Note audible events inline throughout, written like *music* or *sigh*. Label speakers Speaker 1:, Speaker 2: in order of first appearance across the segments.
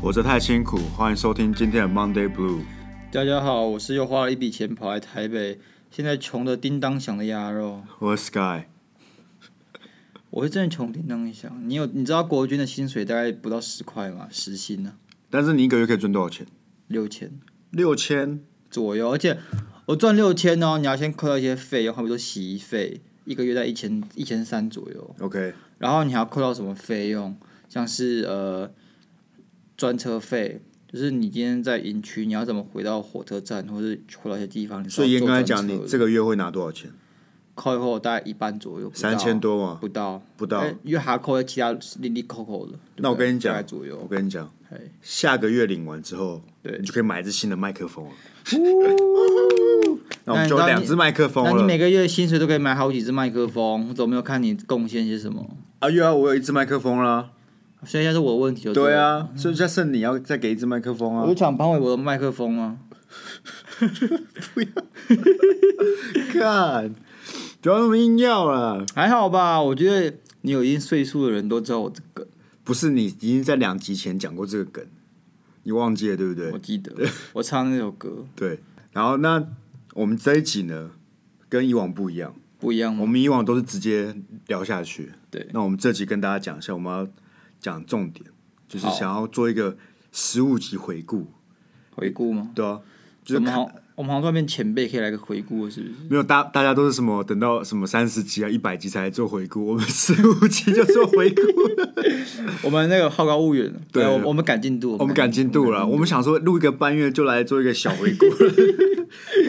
Speaker 1: 活着太辛苦，欢迎收听今天的 Monday Blue。
Speaker 2: 大家好，我是又花了一笔钱跑来台北，现在穷的叮当响的鸭肉。
Speaker 1: 我是 Sky，
Speaker 2: 我是真的穷叮当响。你有你知道国军的薪水大概不到十块吗？时薪呢、
Speaker 1: 但是你一个月可以赚多少钱？
Speaker 2: 六千
Speaker 1: 六千。
Speaker 2: 左右，而且我赚六千哦，你要先扣掉一些费用，好比说洗衣费，一个月在一千一千三左右，
Speaker 1: OK，
Speaker 2: 然后你还要扣掉什么费用，像是呃专车费。就是你今天在营区，你要怎么回到火车站，或是回到一些地方？你是
Speaker 1: 所
Speaker 2: 要
Speaker 1: 以严
Speaker 2: 坐
Speaker 1: 格来
Speaker 2: 专
Speaker 1: 讲，
Speaker 2: 车
Speaker 1: 你
Speaker 2: 的
Speaker 1: 这个月会拿多少钱？
Speaker 2: 扣一扣大概一半左右，不到
Speaker 1: 三千多吗？
Speaker 2: 不到，
Speaker 1: 不到。
Speaker 2: 哎因为还扣在其他零零扣扣的。对不对
Speaker 1: 那我跟你讲
Speaker 2: 大概左右
Speaker 1: *laughs* 我。跟你讲
Speaker 2: 嘿，
Speaker 1: 下个月领完之后，
Speaker 2: 对
Speaker 1: 你就可以买一支新的麦克风了。那我们就有
Speaker 2: 那你知道你
Speaker 1: 两支麦克风
Speaker 2: 那你
Speaker 1: 了
Speaker 2: 每个月薪水都可以买好几支麦克风，我都没有看你贡献些什么。
Speaker 1: 啊！又要我有一支麦克风啦。
Speaker 2: 所以现在是我的问题就
Speaker 1: 对
Speaker 2: 了，
Speaker 1: 啊，所以下次你要再给一支麦克风
Speaker 2: 嗯我
Speaker 1: 啊
Speaker 2: 就！想潘玮柏的麦克风啊。
Speaker 1: 看，不要那么硬要了。
Speaker 2: 还好吧，我觉得你有一定岁数的人都知道我这
Speaker 1: *laughs*
Speaker 2: 个，
Speaker 1: 不是你已经在两集前讲过这个梗，你忘记了对不对
Speaker 2: 我？记得我唱那首歌
Speaker 1: 对。然后那我们这一集呢，跟以往不一样，
Speaker 2: 不一样
Speaker 1: 我
Speaker 2: 吗？
Speaker 1: 们以往都是直接聊下去。
Speaker 2: 对，
Speaker 1: 那我们这集跟大家讲一下，我们要讲重点，就是
Speaker 2: 好
Speaker 1: 想要做一个十五集回顾，
Speaker 2: 回顾吗？
Speaker 1: 对啊，就
Speaker 2: 我
Speaker 1: 是
Speaker 2: 们
Speaker 1: 看
Speaker 2: 好，我们好像突然变前辈，可以来个回顾了，是不是？
Speaker 1: 没有大大家都是什么等到什么三十集啊、一百集才来做回顾，我们十五集就做回顾，
Speaker 2: 我们那个好高骛远了，
Speaker 1: 对
Speaker 2: 哎我我们赶进度，
Speaker 1: 我们赶进度了。我们想说录一个半月就来做一个小回顾，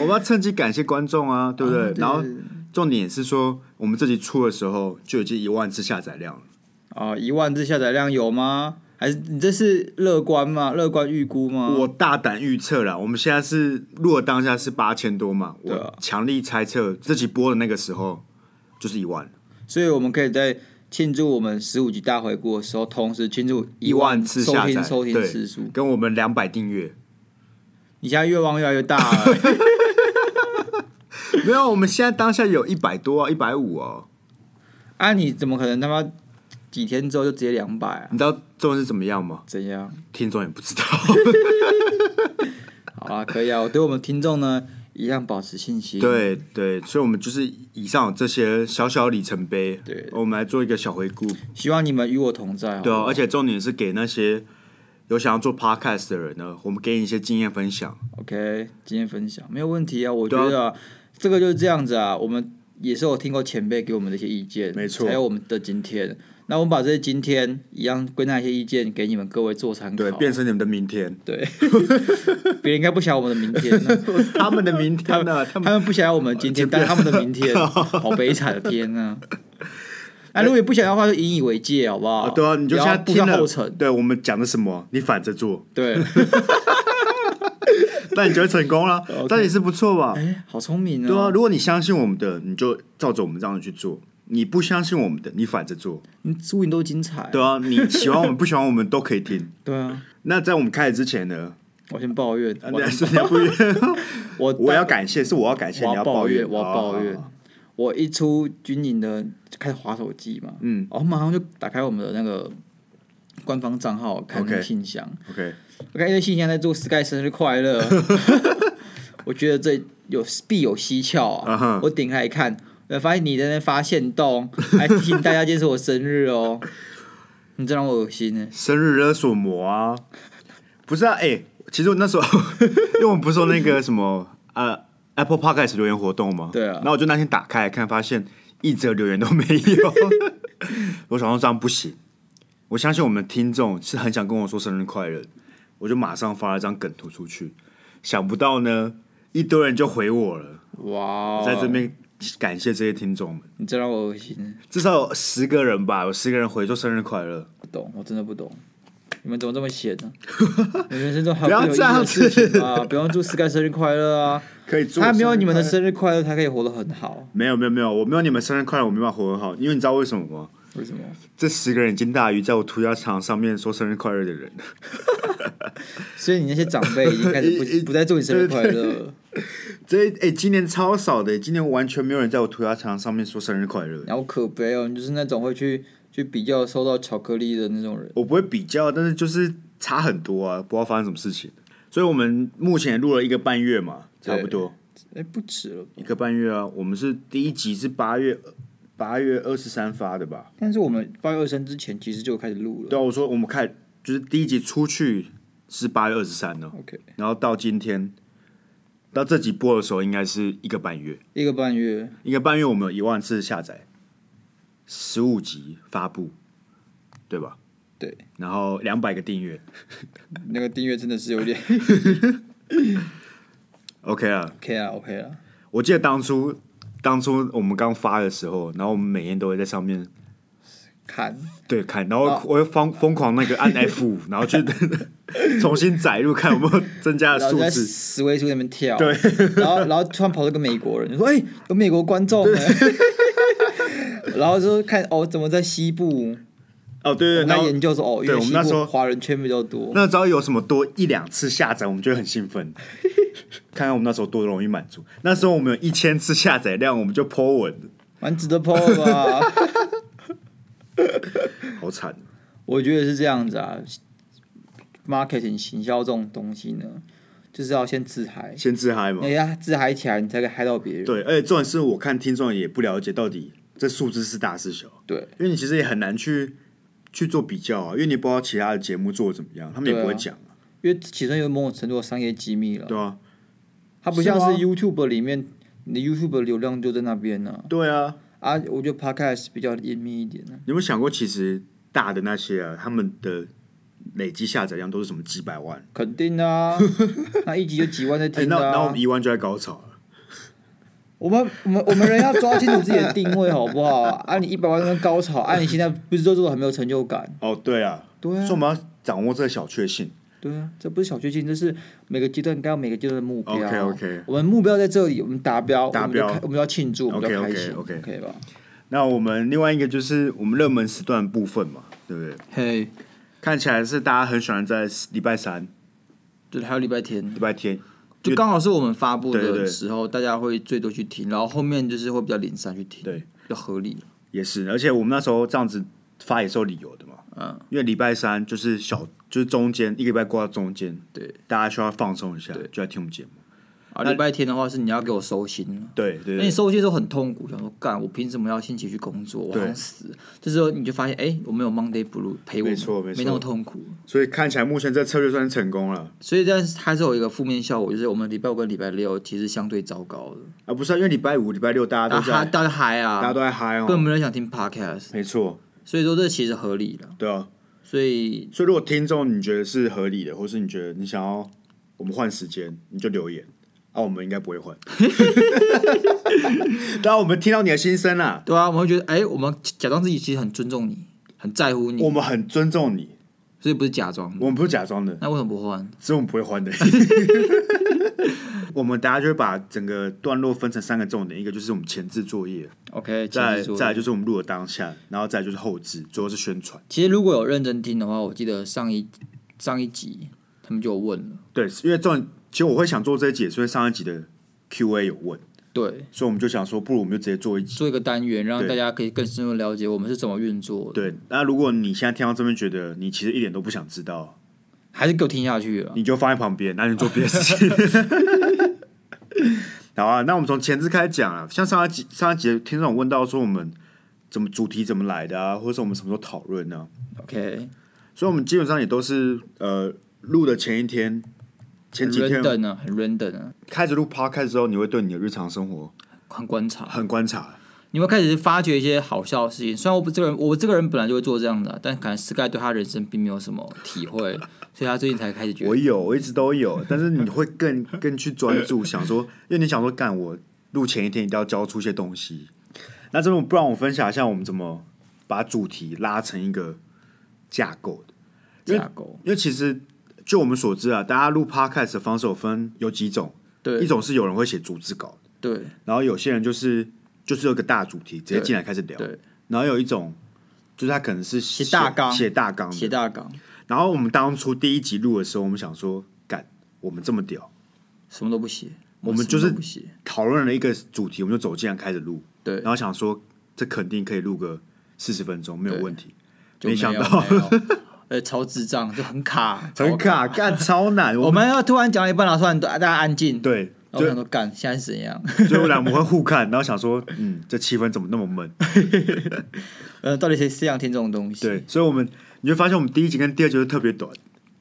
Speaker 1: 我们要趁机感谢观众啊，对不对？然后重点是说，我们这集出的时候就已经一万次下载量了。
Speaker 2: 啊，一万字下载量有吗？还是你这是乐观吗？乐观预估吗？
Speaker 1: 我大胆预测啦，我们现在是录的当下是八千多嘛，
Speaker 2: 对啊
Speaker 1: 我强力猜测这集播的那个时候就是一万
Speaker 2: 所以我们可以在庆祝我们十五集大回顾的时候，同时庆祝
Speaker 1: 一万次
Speaker 2: 收
Speaker 1: 下载，
Speaker 2: 听收听
Speaker 1: 对
Speaker 2: 次数。
Speaker 1: 跟我们两百订 *laughs* 阅。
Speaker 2: 你现在愿望越来越
Speaker 1: *laughs*
Speaker 2: 大了，
Speaker 1: 没有，我们现在当下有一百多啊，一百五哦。
Speaker 2: 啊，你怎么可能他妈几天之后就直接两百啊？
Speaker 1: 你知道中文是怎么样吗？
Speaker 2: 怎样？
Speaker 1: 听众也不知道。
Speaker 2: 好啊，可以啊，我对我们听众呢一样保持信
Speaker 1: *laughs*
Speaker 2: 心。，
Speaker 1: 对对，所以我们就是以上有这些小小里程碑，
Speaker 2: 对
Speaker 1: 我们来做一个小回顾。
Speaker 2: 希望你们与我同在。
Speaker 1: 对啊，而且重点是给那些有想要做 podcast 的人呢，我们给你一些经验分享。
Speaker 2: OK，今天分享没有问题啊，我
Speaker 1: 对啊
Speaker 2: 觉得、啊这个就是这样子啊，我们也是有听过前辈给我们的一些意见，
Speaker 1: 没错
Speaker 2: 才有我们的今天。那我们把这些今天一样归纳一些意见给你们各位做参考，
Speaker 1: 对，变成你们的明 *laughs* 天，
Speaker 2: 对，别人应该不想要我们的明
Speaker 1: *laughs*
Speaker 2: 天，
Speaker 1: 他们的明天呢、他们
Speaker 2: 他们不想要我们今天，但是他们的
Speaker 1: *laughs*
Speaker 2: 明天，好悲惨的天呐、啊！如果你不想要的话，就引以为戒，好不好？
Speaker 1: 啊，对啊，你就
Speaker 2: 不
Speaker 1: 现
Speaker 2: 要
Speaker 1: 在
Speaker 2: 步
Speaker 1: 听
Speaker 2: 上
Speaker 1: 了
Speaker 2: 哦后
Speaker 1: *laughs*
Speaker 2: 尘，，
Speaker 1: 对我们讲的什么，你反着
Speaker 2: *laughs*
Speaker 1: 做，
Speaker 2: 对，
Speaker 1: 那你就会成功了，这也是不错吧？
Speaker 2: 哎，好聪明
Speaker 1: 对啊，
Speaker 2: 哦！
Speaker 1: 如果你相信我们的，你就照着我们这样去做；你不相信我们的，你反着做。
Speaker 2: 你输赢都精彩，
Speaker 1: 对啊，你喜欢我们，不喜欢我们都可以
Speaker 2: *laughs*
Speaker 1: 听。
Speaker 2: 对啊！
Speaker 1: 那在我们开始之前呢，
Speaker 2: 我先抱怨，
Speaker 1: 啊 *laughs*
Speaker 2: 我
Speaker 1: 那是你要不
Speaker 2: *laughs*
Speaker 1: 愿
Speaker 2: 我
Speaker 1: 我要感谢，是我要感谢，
Speaker 2: 我
Speaker 1: 你
Speaker 2: 要
Speaker 1: 抱
Speaker 2: 抱
Speaker 1: 怨，
Speaker 2: 怨我要
Speaker 1: 好好
Speaker 2: 抱怨
Speaker 1: 好好
Speaker 2: 我一出军营的就开始划手机嘛，
Speaker 1: 嗯
Speaker 2: 然后马上就打开我们的那个官方账号看那个
Speaker 1: OK
Speaker 2: 信箱，
Speaker 1: ，OK，
Speaker 2: 我看一堆信箱在祝 Sky 生日快
Speaker 1: *laughs*
Speaker 2: 乐，我觉得这有必有蹊跷
Speaker 1: 啊哈
Speaker 2: 啊！我点开一看，我发现你在那边发现动，还提醒大家今天是我生日
Speaker 1: *laughs*
Speaker 2: 哦，你真让我恶心呢、
Speaker 1: 生日勒索魔啊，不是啊，哎、其实我那时候， *laughs* 因为我们不是说那个什么呃 Apple Podcast 留言活动吗？
Speaker 2: 对啊
Speaker 1: 然后我就那天打开来看，发现一则留言都没有， *laughs* 我想说这样不行，我相信我们的听众是很想跟我说生日快乐，我就马上发了张梗图出去，想不到呢，一堆人就回我了，
Speaker 2: 哇哦、
Speaker 1: 在这边感谢这些听众们。
Speaker 2: 你真让我恶心，
Speaker 1: 至少有十个人吧，有十个人回说生日快乐。
Speaker 2: 不懂，我真的不懂。你们怎么这么闲
Speaker 1: *laughs*
Speaker 2: 呢、你们人生中
Speaker 1: 不
Speaker 2: 还有
Speaker 1: 要
Speaker 2: 更有意义
Speaker 1: 这样
Speaker 2: 的
Speaker 1: 子
Speaker 2: 事情啊！不用祝 Sky 生日快乐啊！
Speaker 1: 可 *laughs* 以祝
Speaker 2: 他没有
Speaker 1: 生日
Speaker 2: 你们的
Speaker 1: 快乐
Speaker 2: 生日快乐，他可以活得很好。
Speaker 1: 没有没有没有，我没有你们生日快乐，我没办法活很好，因为你知道为什么吗？
Speaker 2: 为什么？
Speaker 1: 这十个人已经大于在我涂鸦墙上面说生日快乐的人了。 *laughs*
Speaker 2: 所以你那些长辈已经开始不不再祝你生日快乐了。
Speaker 1: 这哎、今年超少的，今年完全没有人在我涂鸦墙上面说生日快乐。
Speaker 2: 然后可悲哦，你就是那种会去去比较收到巧克力的那种人。
Speaker 1: 我不会比较，但是就是差很多啊，不知道发生什么事情。所以我们目前也录了一个半月嘛，差不多
Speaker 2: 哎，不止了，
Speaker 1: 一个半月啊。我们是第一集是八月八月二十三发的吧？
Speaker 2: 但是我们八月二三之前其实就开始录了。
Speaker 1: 对啊，我说我们看就是第一集出去是八月二十三哦呢，
Speaker 2: OK，
Speaker 1: 然后到今天到这集播的时候应该是一个半月，
Speaker 2: 一个半月，
Speaker 1: 一个半月我们有一万次下载，十五集发布，对吧？
Speaker 2: 对，
Speaker 1: 然后两百个订阅
Speaker 2: 那个订阅真的是有点 *laughs*
Speaker 1: ，OK 啊，
Speaker 2: OK 啊，OK 啊，
Speaker 1: 我记得当初当初我们刚发的时候，然后我们每天都会在上面
Speaker 2: 看
Speaker 1: 对看，然后
Speaker 2: 啊
Speaker 1: 我会疯疯狂那个按 F 五，然后去 *laughs* 重新载入看有没有增加
Speaker 2: 然
Speaker 1: 的
Speaker 2: 后
Speaker 1: 数
Speaker 2: 在
Speaker 1: 字。
Speaker 2: 思维书那边跳，对，然后然后突然跑到个美国人，你说哎、有美国观众呢， *laughs* 然后就看哦怎么在西部，
Speaker 1: 哦，对对，
Speaker 2: 来
Speaker 1: 然后
Speaker 2: 研究说哦，因
Speaker 1: 对
Speaker 2: 为
Speaker 1: 我们
Speaker 2: 西
Speaker 1: 那时候
Speaker 2: 部华人圈比较多，
Speaker 1: 那只要有什么多一两次下载，我们就会很兴
Speaker 2: *laughs*
Speaker 1: 奋，看看我们那时候多容易满足。那时候我们有一千次下载量，我们就 Po 文，
Speaker 2: 蛮值得 PO 的啊吧？
Speaker 1: 好惨。
Speaker 2: *laughs* 我觉得是这样子啊，marketing 行销这种东西呢，就是要先自嗨，
Speaker 1: 先自嗨嘛
Speaker 2: 你，要自嗨起来，你才可以嗨到别人。
Speaker 1: 对，而且重点是我看听众也不了解到底这数字是大是小。
Speaker 2: 对，
Speaker 1: 因为你其实也很难去去做比较啊，因为你不知道其他的节目做的怎么样，他们也
Speaker 2: 对啊
Speaker 1: 不会讲啊，
Speaker 2: 因为其中有某种程度的商业机密了，
Speaker 1: 对啊，
Speaker 2: 它不像
Speaker 1: 是吗
Speaker 2: 是 YouTube 里面，你的 YouTube 的流量就在那边呢、
Speaker 1: 对啊。
Speaker 2: 啊，我觉得 Podcast 比较严密一点呢、
Speaker 1: 你有没有想过，其实大的那些啊，他们的累积下载量都是什么几百万？
Speaker 2: 肯定 *laughs* 啊，那一集有几万在
Speaker 1: 哎、
Speaker 2: 听
Speaker 1: 那
Speaker 2: 的、
Speaker 1: 那我
Speaker 2: 啊
Speaker 1: 们一万就在高潮了，
Speaker 2: 我们我们我们人要抓清楚自己的定位，好不好？ *laughs* 啊，你一百万跟高潮，啊，你现在不是都做的很没有成就感？
Speaker 1: 哦，对啊，
Speaker 2: 对啊
Speaker 1: 所以我们要掌握这个小确幸。
Speaker 2: 对啊，这不是小确幸，这是每个阶段该有每个阶段的目标。
Speaker 1: OK，OK
Speaker 2: 我们目标在这里，我们达标，
Speaker 1: 达
Speaker 2: 我们就
Speaker 1: 标
Speaker 2: 开我们要庆祝，我们就开
Speaker 1: OK，OK，
Speaker 2: 心
Speaker 1: OK
Speaker 2: OK 吧？
Speaker 1: 那我们另外一个就是我们热门时段的部分嘛，对不对？
Speaker 2: 嘿，
Speaker 1: 看起来是大家很喜欢在礼拜三、
Speaker 2: 对，还有礼拜天，
Speaker 1: 礼拜天，
Speaker 2: 就刚好是我们发布
Speaker 1: 对对
Speaker 2: 的
Speaker 1: 对
Speaker 2: 时候，大家会最多去听，然后后面就是会比较零散去听，
Speaker 1: 对，
Speaker 2: 比较合理。
Speaker 1: 也是，而且我们那时候这样子发也是有理由的嘛，
Speaker 2: 嗯，
Speaker 1: 因为礼拜三就是小，就是中间一个礼拜过到中间，
Speaker 2: 对，
Speaker 1: 大家需要放松一下，就来听我们节目，
Speaker 2: 啊，礼拜天的话是你要给我收心了。
Speaker 1: 对对
Speaker 2: 那你收心的时候很痛苦，想说干，我凭什么要星期去工作？我好想死。这时候你就发现，哎、我们有 Monday Blue 陪我们，
Speaker 1: 没错没错
Speaker 2: 那么痛苦。
Speaker 1: 所以看起来目前这策略算是成功了
Speaker 2: 所以，但是它是有一个负面效果，就是我们礼拜五跟礼拜六其实相对糟糕的。
Speaker 1: 啊，不是、啊、因为礼拜五、礼拜六大家
Speaker 2: 啊
Speaker 1: 都在，
Speaker 2: 嗨，大家嗨
Speaker 1: 大家
Speaker 2: 啊，
Speaker 1: 都在嗨
Speaker 2: 根本
Speaker 1: 哦，
Speaker 2: 没人想听 podcast，
Speaker 1: 没错，
Speaker 2: 所以说这其实合理了。
Speaker 1: 对啊，
Speaker 2: 所以
Speaker 1: 所以如果听众你觉得是合理的，或是你觉得你想要我们换时间，你就留言，啊，我们应该不会换， *laughs* 当然我们听到你的心声啦，
Speaker 2: 对啊，我们会觉得，哎、我们假装自己其实很尊重你，很在乎你
Speaker 1: 我，们很尊重你，
Speaker 2: 所以不是假装。
Speaker 1: 我们不是假装的。
Speaker 2: 那为什么不换？
Speaker 1: 这我们不会换的。 *laughs* 我们大家就会把整个段落分成三个重点，一个就是我们前置作业，
Speaker 2: OK，
Speaker 1: 再
Speaker 2: 其实
Speaker 1: 再来就是我们录的当下，然后再来就是后置，最后是宣传。
Speaker 2: 其实如果有认真听的话，我记得上一上一集他们就有问了，
Speaker 1: 对，因为这种其实我会想做这一集，也是因为上一集的 Q&A 有问，
Speaker 2: 对，
Speaker 1: 所以我们就想说，不如我们就直接做一集。
Speaker 2: 做一个单元，让
Speaker 1: 对
Speaker 2: 大家可以更深入了解我们是怎么运作的。
Speaker 1: 对，那如果你现在听到这边觉得你其实一点都不想知道，
Speaker 2: 还是给我听下去了。
Speaker 1: 你就放在旁边，那你做别的事情。 *laughs* 好啊，那我们从前置开始讲啊，像上一集上一集听众有问到说我们怎么主题怎么来的啊，或者是我们什么时候讨论呢、
Speaker 2: OK，
Speaker 1: 所以我们基本上也都是呃录的前一天、前
Speaker 2: 很
Speaker 1: 几天
Speaker 2: random 啊，很 random 啊，
Speaker 1: 开始录 podcast 之后，你会对你的日常生活
Speaker 2: 很观察。
Speaker 1: 很观察。
Speaker 2: 你会开始发掘一些好笑的事情。虽然我不这个人，我这个人本来就会做这样的，啊但可能 Sky 对他人生并没有什么体会， *laughs* 所以他最近才开始觉
Speaker 1: 我
Speaker 2: 得。
Speaker 1: 有，我一直都有，但是你会更更去专注，想说，因为你想说，干我录前一天一定要交出一些东西。那这种不然我分享一下我们怎么把主题拉成一个架构的，
Speaker 2: 架构
Speaker 1: 因为其实就我们所知啊，大家录 podcast 的方式有分有几种，一
Speaker 2: 对
Speaker 1: 种是有人会写逐字稿。
Speaker 2: 对
Speaker 1: 然后有些人就是就是有个大主题，直接进来开始聊。
Speaker 2: 对
Speaker 1: 然后有一种就是他可能是写
Speaker 2: 大纲
Speaker 1: 写大纲
Speaker 2: 写
Speaker 1: 的。
Speaker 2: 大纲，
Speaker 1: 然后我们当初第一集录的时候，我们想说，干，我们这么屌，
Speaker 2: 什么都不写，
Speaker 1: 我们就是
Speaker 2: 什么都不写
Speaker 1: 讨论了一个主题，我们就走进来开始录，
Speaker 2: 对
Speaker 1: 然，后想说这肯定可以录个四十分钟没有问题，
Speaker 2: 就
Speaker 1: 没想
Speaker 2: 有
Speaker 1: 到，
Speaker 2: 没有 *laughs* 呃，超智障，就很卡，
Speaker 1: *laughs*
Speaker 2: 超
Speaker 1: 很。卡，干超难，
Speaker 2: 我
Speaker 1: 我们
Speaker 2: 们要突然讲到一半了，突然啊大家安静，
Speaker 1: 对，
Speaker 2: 然后我
Speaker 1: 就
Speaker 2: 想说干，现在是怎样？ *laughs*
Speaker 1: 就我俩我们会互看，然后想说，嗯，这气氛怎么那么 *laughs* 闷？
Speaker 2: 呃，到底谁谁想听这种东西？
Speaker 1: 对，所以我们你会发现，我们第一集跟第二集都特别短，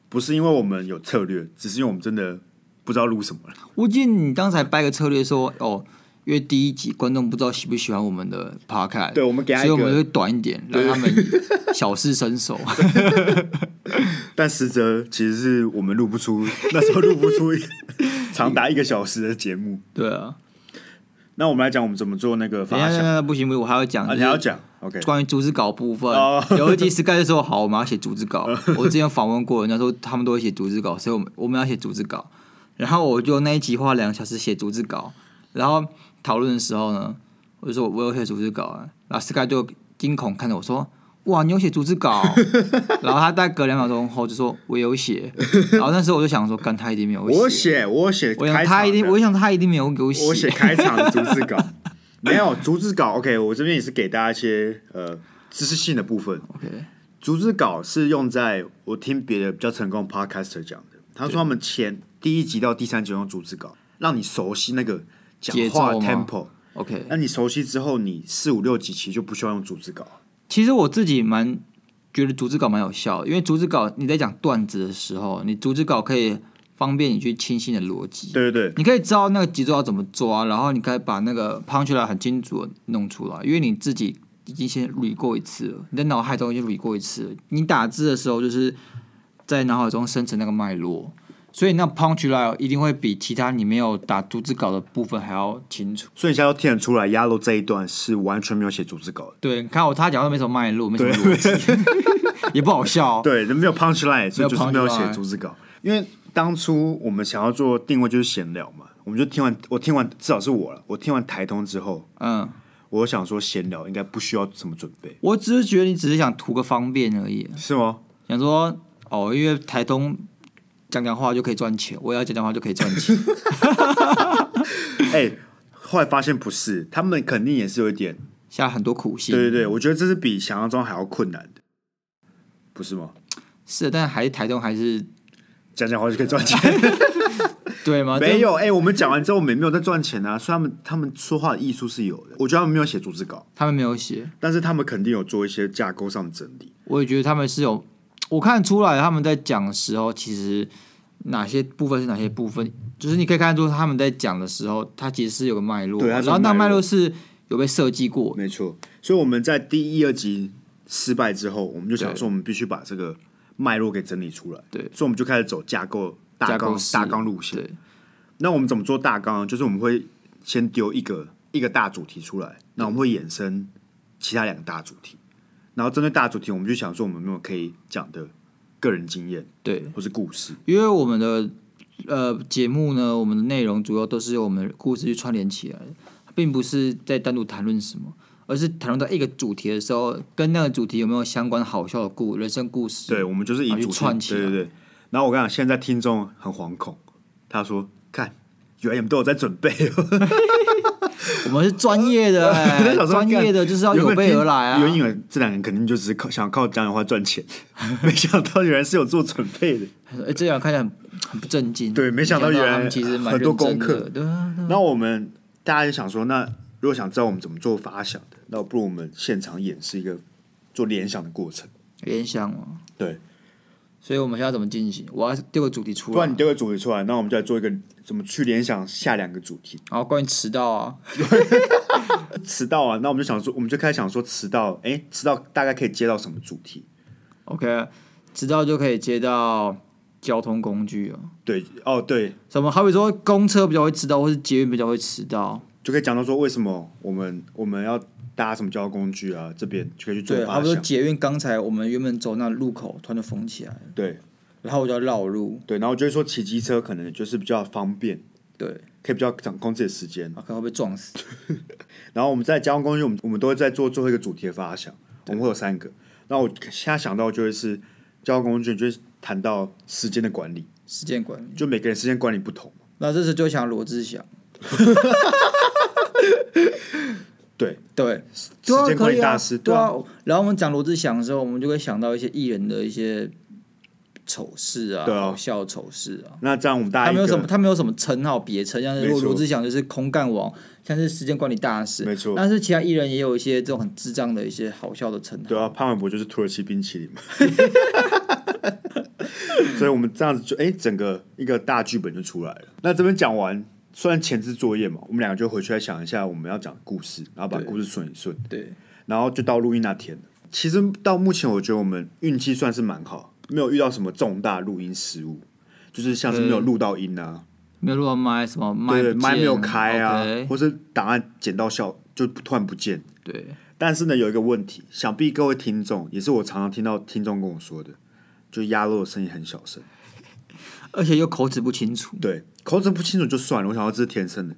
Speaker 1: 不是因为我们有策略，只是因为我们真的不知道录什么了。
Speaker 2: 我记得你刚才掰个策略说，哦，因为第一集观众不知道喜不喜欢我们的 podcast，
Speaker 1: 对我们给他
Speaker 2: 所以我
Speaker 1: 一个
Speaker 2: 们会短一点，让他们小试身
Speaker 1: *laughs*
Speaker 2: 手。
Speaker 1: 但实则其实是我们录不出，那时候录不出长达一个小时的节目。
Speaker 2: 对啊，
Speaker 1: 那我们来讲我们怎么做那个
Speaker 2: 等
Speaker 1: 发
Speaker 2: 一下等一
Speaker 1: 想，
Speaker 2: 下不行不行，我还要讲，
Speaker 1: 啊，你还要讲，OK？
Speaker 2: 关于组织稿部分
Speaker 1: 哦，
Speaker 2: *laughs* 有一集 Sky 就说好，我们要写组织稿。我之前有访问过，人家说他们都会写组织稿，所以我们我们要写组织稿。然后我就那一集花两个小时写组织稿，然后讨论的时候呢，我就说我有写组织稿啊，然后 Sky 就惊恐看着我说。哇，你有写组织稿？ *laughs* 然后他大概隔两秒钟后就说：“我有写。”然后那时候我就想说：“干，他一定没有写。”
Speaker 1: 我写，我写
Speaker 2: 我想
Speaker 1: 开场
Speaker 2: 他一定，
Speaker 1: 的，
Speaker 2: 我想他一定没有给我
Speaker 1: 我写
Speaker 2: 写。
Speaker 1: 开场的逐字
Speaker 2: *laughs*
Speaker 1: 稿，没有逐字稿。OK，我这边也是给大家一些呃知识性的部分。
Speaker 2: OK，
Speaker 1: 逐字稿是用在我听别的比较成功的 podcaster 讲的，他说他们前第一集到第三集用逐字稿，让你熟悉那个讲
Speaker 2: 节
Speaker 1: 话
Speaker 2: 奏吗
Speaker 1: tempo。
Speaker 2: OK，
Speaker 1: 那你熟悉之后，你四五六集其实就不需要用逐字稿。
Speaker 2: 其实我自己蛮觉得逐字稿蛮有效的，因为逐字稿你在讲段子的时候，你逐字稿可以方便你去清晰你的逻辑，
Speaker 1: 对对对，
Speaker 2: 你可以知道那个节奏要怎么抓，然后你可以把那个 punchline 很清楚的弄出来，因为你自己已经先捋过一次了，你在脑海中已经捋过一次了。你打字的时候就是在脑海中生成那个脉络，所以那 punchline 一定会比其他你没有打逐字稿的部分还要清楚。
Speaker 1: 所以你现在都听得出来，鸭肉这一段是完全没有写逐字稿的。
Speaker 2: 对，你看我他讲话没什么脉络，没什么逻辑，也不好笑、哦。
Speaker 1: 对，没有 punch line，所以就是没有写
Speaker 2: punchline
Speaker 1: 逐字稿。因为当初我们想要做定位就是闲聊嘛，我们就听完我听完至少是我了，我听完台通之后，
Speaker 2: 嗯，
Speaker 1: 我想说闲聊应该不需要什么准备，
Speaker 2: 我只是觉得你只是想图个方便而已，
Speaker 1: 是 *laughs* 吗？
Speaker 2: 想说哦，因为台东讲讲话就可以赚钱，我也要讲讲话就可以赚
Speaker 1: *laughs*
Speaker 2: 钱。
Speaker 1: 哎、后来发现不是，他们肯定也是有一点，
Speaker 2: 下很多苦心，
Speaker 1: 对对对，我觉得这是比想象中还要困难的，不是吗？
Speaker 2: 是，但还是台东还是
Speaker 1: 讲讲话就可以赚钱，
Speaker 2: 对吗？
Speaker 1: *laughs* 没有哎、我们讲完之后我们也没有在赚钱啊，所以他们他们说话的艺术是有的，我觉得他们没有写逐字稿
Speaker 2: 这，他们没有写，
Speaker 1: 但是他们肯定有做一些架构上的整理。
Speaker 2: 我也觉得他们是有，我看出来他们在讲的时候，其实哪些部分是哪些部分，就是你可以看出他们在讲的时候，它其实是有个脉络，
Speaker 1: 对它是有
Speaker 2: 然后那
Speaker 1: 脉
Speaker 2: 脉
Speaker 1: 络
Speaker 2: 络是有被设计过的，
Speaker 1: 没错，所以我们在第一、二集失败之后，我们就想说，我们必须把这个脉络给整理出来。
Speaker 2: 对
Speaker 1: 所以我们就开始走架构、大
Speaker 2: 架
Speaker 1: 纲
Speaker 2: 构、式
Speaker 1: 大纲路线。
Speaker 2: 对，
Speaker 1: 那我们怎么做大纲呢？就是我们会先丢一个一个大主题出来，那我们会衍生其他两个大主题，然后针对大主题，我们就想说，我们有没有可以讲的个人经验
Speaker 2: 对，
Speaker 1: 或是故事？
Speaker 2: 因为我们的呃节目呢，我们的内容主要都是由我们的故事去串联起来的，并不是在单独谈论什么，而是谈论到一个主题的时候，跟那个主题有没有相关好笑的故人生故事？
Speaker 1: 对，我们就是以
Speaker 2: 然后去
Speaker 1: 主题
Speaker 2: 串起来
Speaker 1: 对对对。然后我跟你讲，现在听众很惶恐，他说：“看，原来你们都有在准备哦。”
Speaker 2: 我们是专业
Speaker 1: *laughs*
Speaker 2: 的、
Speaker 1: 我在
Speaker 2: 欸，
Speaker 1: 想说
Speaker 2: 专业的就是要有备而来啊！
Speaker 1: 原本以为这两个人肯定就只是靠想靠讲讲话赚钱， *laughs* 没想到原来是有做准备的。
Speaker 2: 哎这样看起来很很不正经。
Speaker 1: 对没想到
Speaker 2: 没
Speaker 1: 原来
Speaker 2: 他们其实蛮
Speaker 1: 很多
Speaker 2: 认
Speaker 1: 功
Speaker 2: 真
Speaker 1: 课
Speaker 2: 的对啊对啊
Speaker 1: 那我们大家就想说，那如果想知道我们怎么做发想的，那不如我们现场演示一个做联想的过程。
Speaker 2: 联想嘛。
Speaker 1: 对，
Speaker 2: 哦所以我们现在要怎么进行？我要丢个主题出
Speaker 1: 不然
Speaker 2: 来
Speaker 1: 你，丢个主题出来，那我们就来做一个怎么去联想下两个主题。
Speaker 2: 然后关于迟到啊，
Speaker 1: 迟到啊，那我们就想说，我们就开始想说迟到，哎，迟到大概可以接到什么主题？
Speaker 2: OK，直到就可以接到交通工具哦，
Speaker 1: 对，哦对，
Speaker 2: 什么好比说公车比较会迟到，或是捷运比较会迟到，
Speaker 1: 就可以讲到说为什么我们我们要搭什么交通工具啊，这边就可以去做
Speaker 2: 对，好
Speaker 1: 发
Speaker 2: 比说
Speaker 1: 想。
Speaker 2: 捷运刚才我们原本走那路口突然就封起来了，
Speaker 1: 对，
Speaker 2: 然后我就要绕路，
Speaker 1: 对，然后就会说骑机车可能就是比较方便，
Speaker 2: 对，
Speaker 1: 可以比较掌控自己的时间。
Speaker 2: 啊，可能会被撞死，
Speaker 1: 然后我们在交通工具，我们我们都会在做最后一个主题的发想，我们会有三个。那我现在想到就会是交通工具，就是谈到时间的管理，
Speaker 2: 时间管理，
Speaker 1: 就每个人时间管理不同嘛。
Speaker 2: 那这次就想罗志祥，
Speaker 1: *laughs* 对，
Speaker 2: 对，对
Speaker 1: 时
Speaker 2: 啊，
Speaker 1: 间
Speaker 2: 可
Speaker 1: 管
Speaker 2: 以
Speaker 1: 理
Speaker 2: 啊
Speaker 1: 大师，
Speaker 2: 对啊。然后我们讲罗志祥的时候，我们就会想到一些艺人的一些丑事啊，
Speaker 1: 对啊
Speaker 2: 好笑的丑事啊。
Speaker 1: 那这样我们大家
Speaker 2: 他没有
Speaker 1: 一个
Speaker 2: 什么，他没有什么称号别称，像是
Speaker 1: 没错
Speaker 2: 罗志祥就是空干王，像是时间管理大师，
Speaker 1: 没错
Speaker 2: 但是其他艺人也有一些这种很智障的一些好笑的称号，
Speaker 1: 对啊，潘玮柏就是土耳其冰淇淋 *laughs* 嘛。所以我们这样子就哎、整个一个大剧本就出来了。那这边讲完，虽然前置作业嘛，我们两个就回去来想一下我们要讲的故事，然后把故事顺一顺，
Speaker 2: 对，
Speaker 1: 然后就到录音那天了。其实到目前，我觉得我们运气算是蛮好，没有遇到什么重大录音失误，就是像是没有录到音啊，
Speaker 2: 没有录到麦什么麦
Speaker 1: 对，
Speaker 2: 不
Speaker 1: 麦没有
Speaker 2: 见
Speaker 1: 开啊
Speaker 2: 嗯 OK，
Speaker 1: 或是档案剪到效就突然不见。
Speaker 2: 对，
Speaker 1: 但是呢，有一个问题，想必各位听众也是我常常听到听众跟我说的，就鸭肉的声音很小声。
Speaker 2: 而且又口齿不清楚，
Speaker 1: 对，口齿不清楚就算了，我想要这是天生的。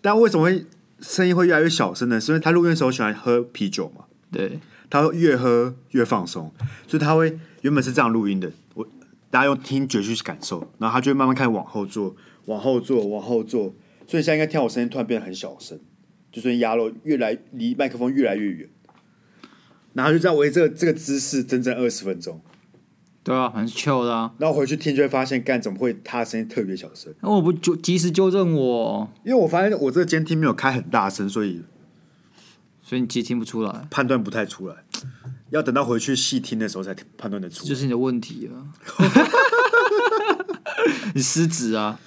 Speaker 1: 但为什么会声音会越来越小声呢？是因为他录音的时候喜欢喝啤酒嘛，
Speaker 2: 对，
Speaker 1: 他会越喝越放松，所以他会原本是这样录音的，我大家用听觉去感受，然后他就会慢慢开始往后坐，往后坐，往后坐，所以现在应该听到我声音突然变得很小声，就是鸭肉越来离麦克风越来越远，然后就这样围这个这个姿势整整二十分钟，
Speaker 2: 对啊，很 chill 的啊。
Speaker 1: 然后回去听就会发现，干怎么会他的声音特别小声？
Speaker 2: 那我不纠及时纠正我，
Speaker 1: 因为我发现我这个监听没有开很大声，所以
Speaker 2: 所以你其实听不出来，
Speaker 1: 判断不太出来，要等到回去细听的时候才判断得出
Speaker 2: 这就。是你的问
Speaker 1: *laughs*
Speaker 2: 题了。你失职啊，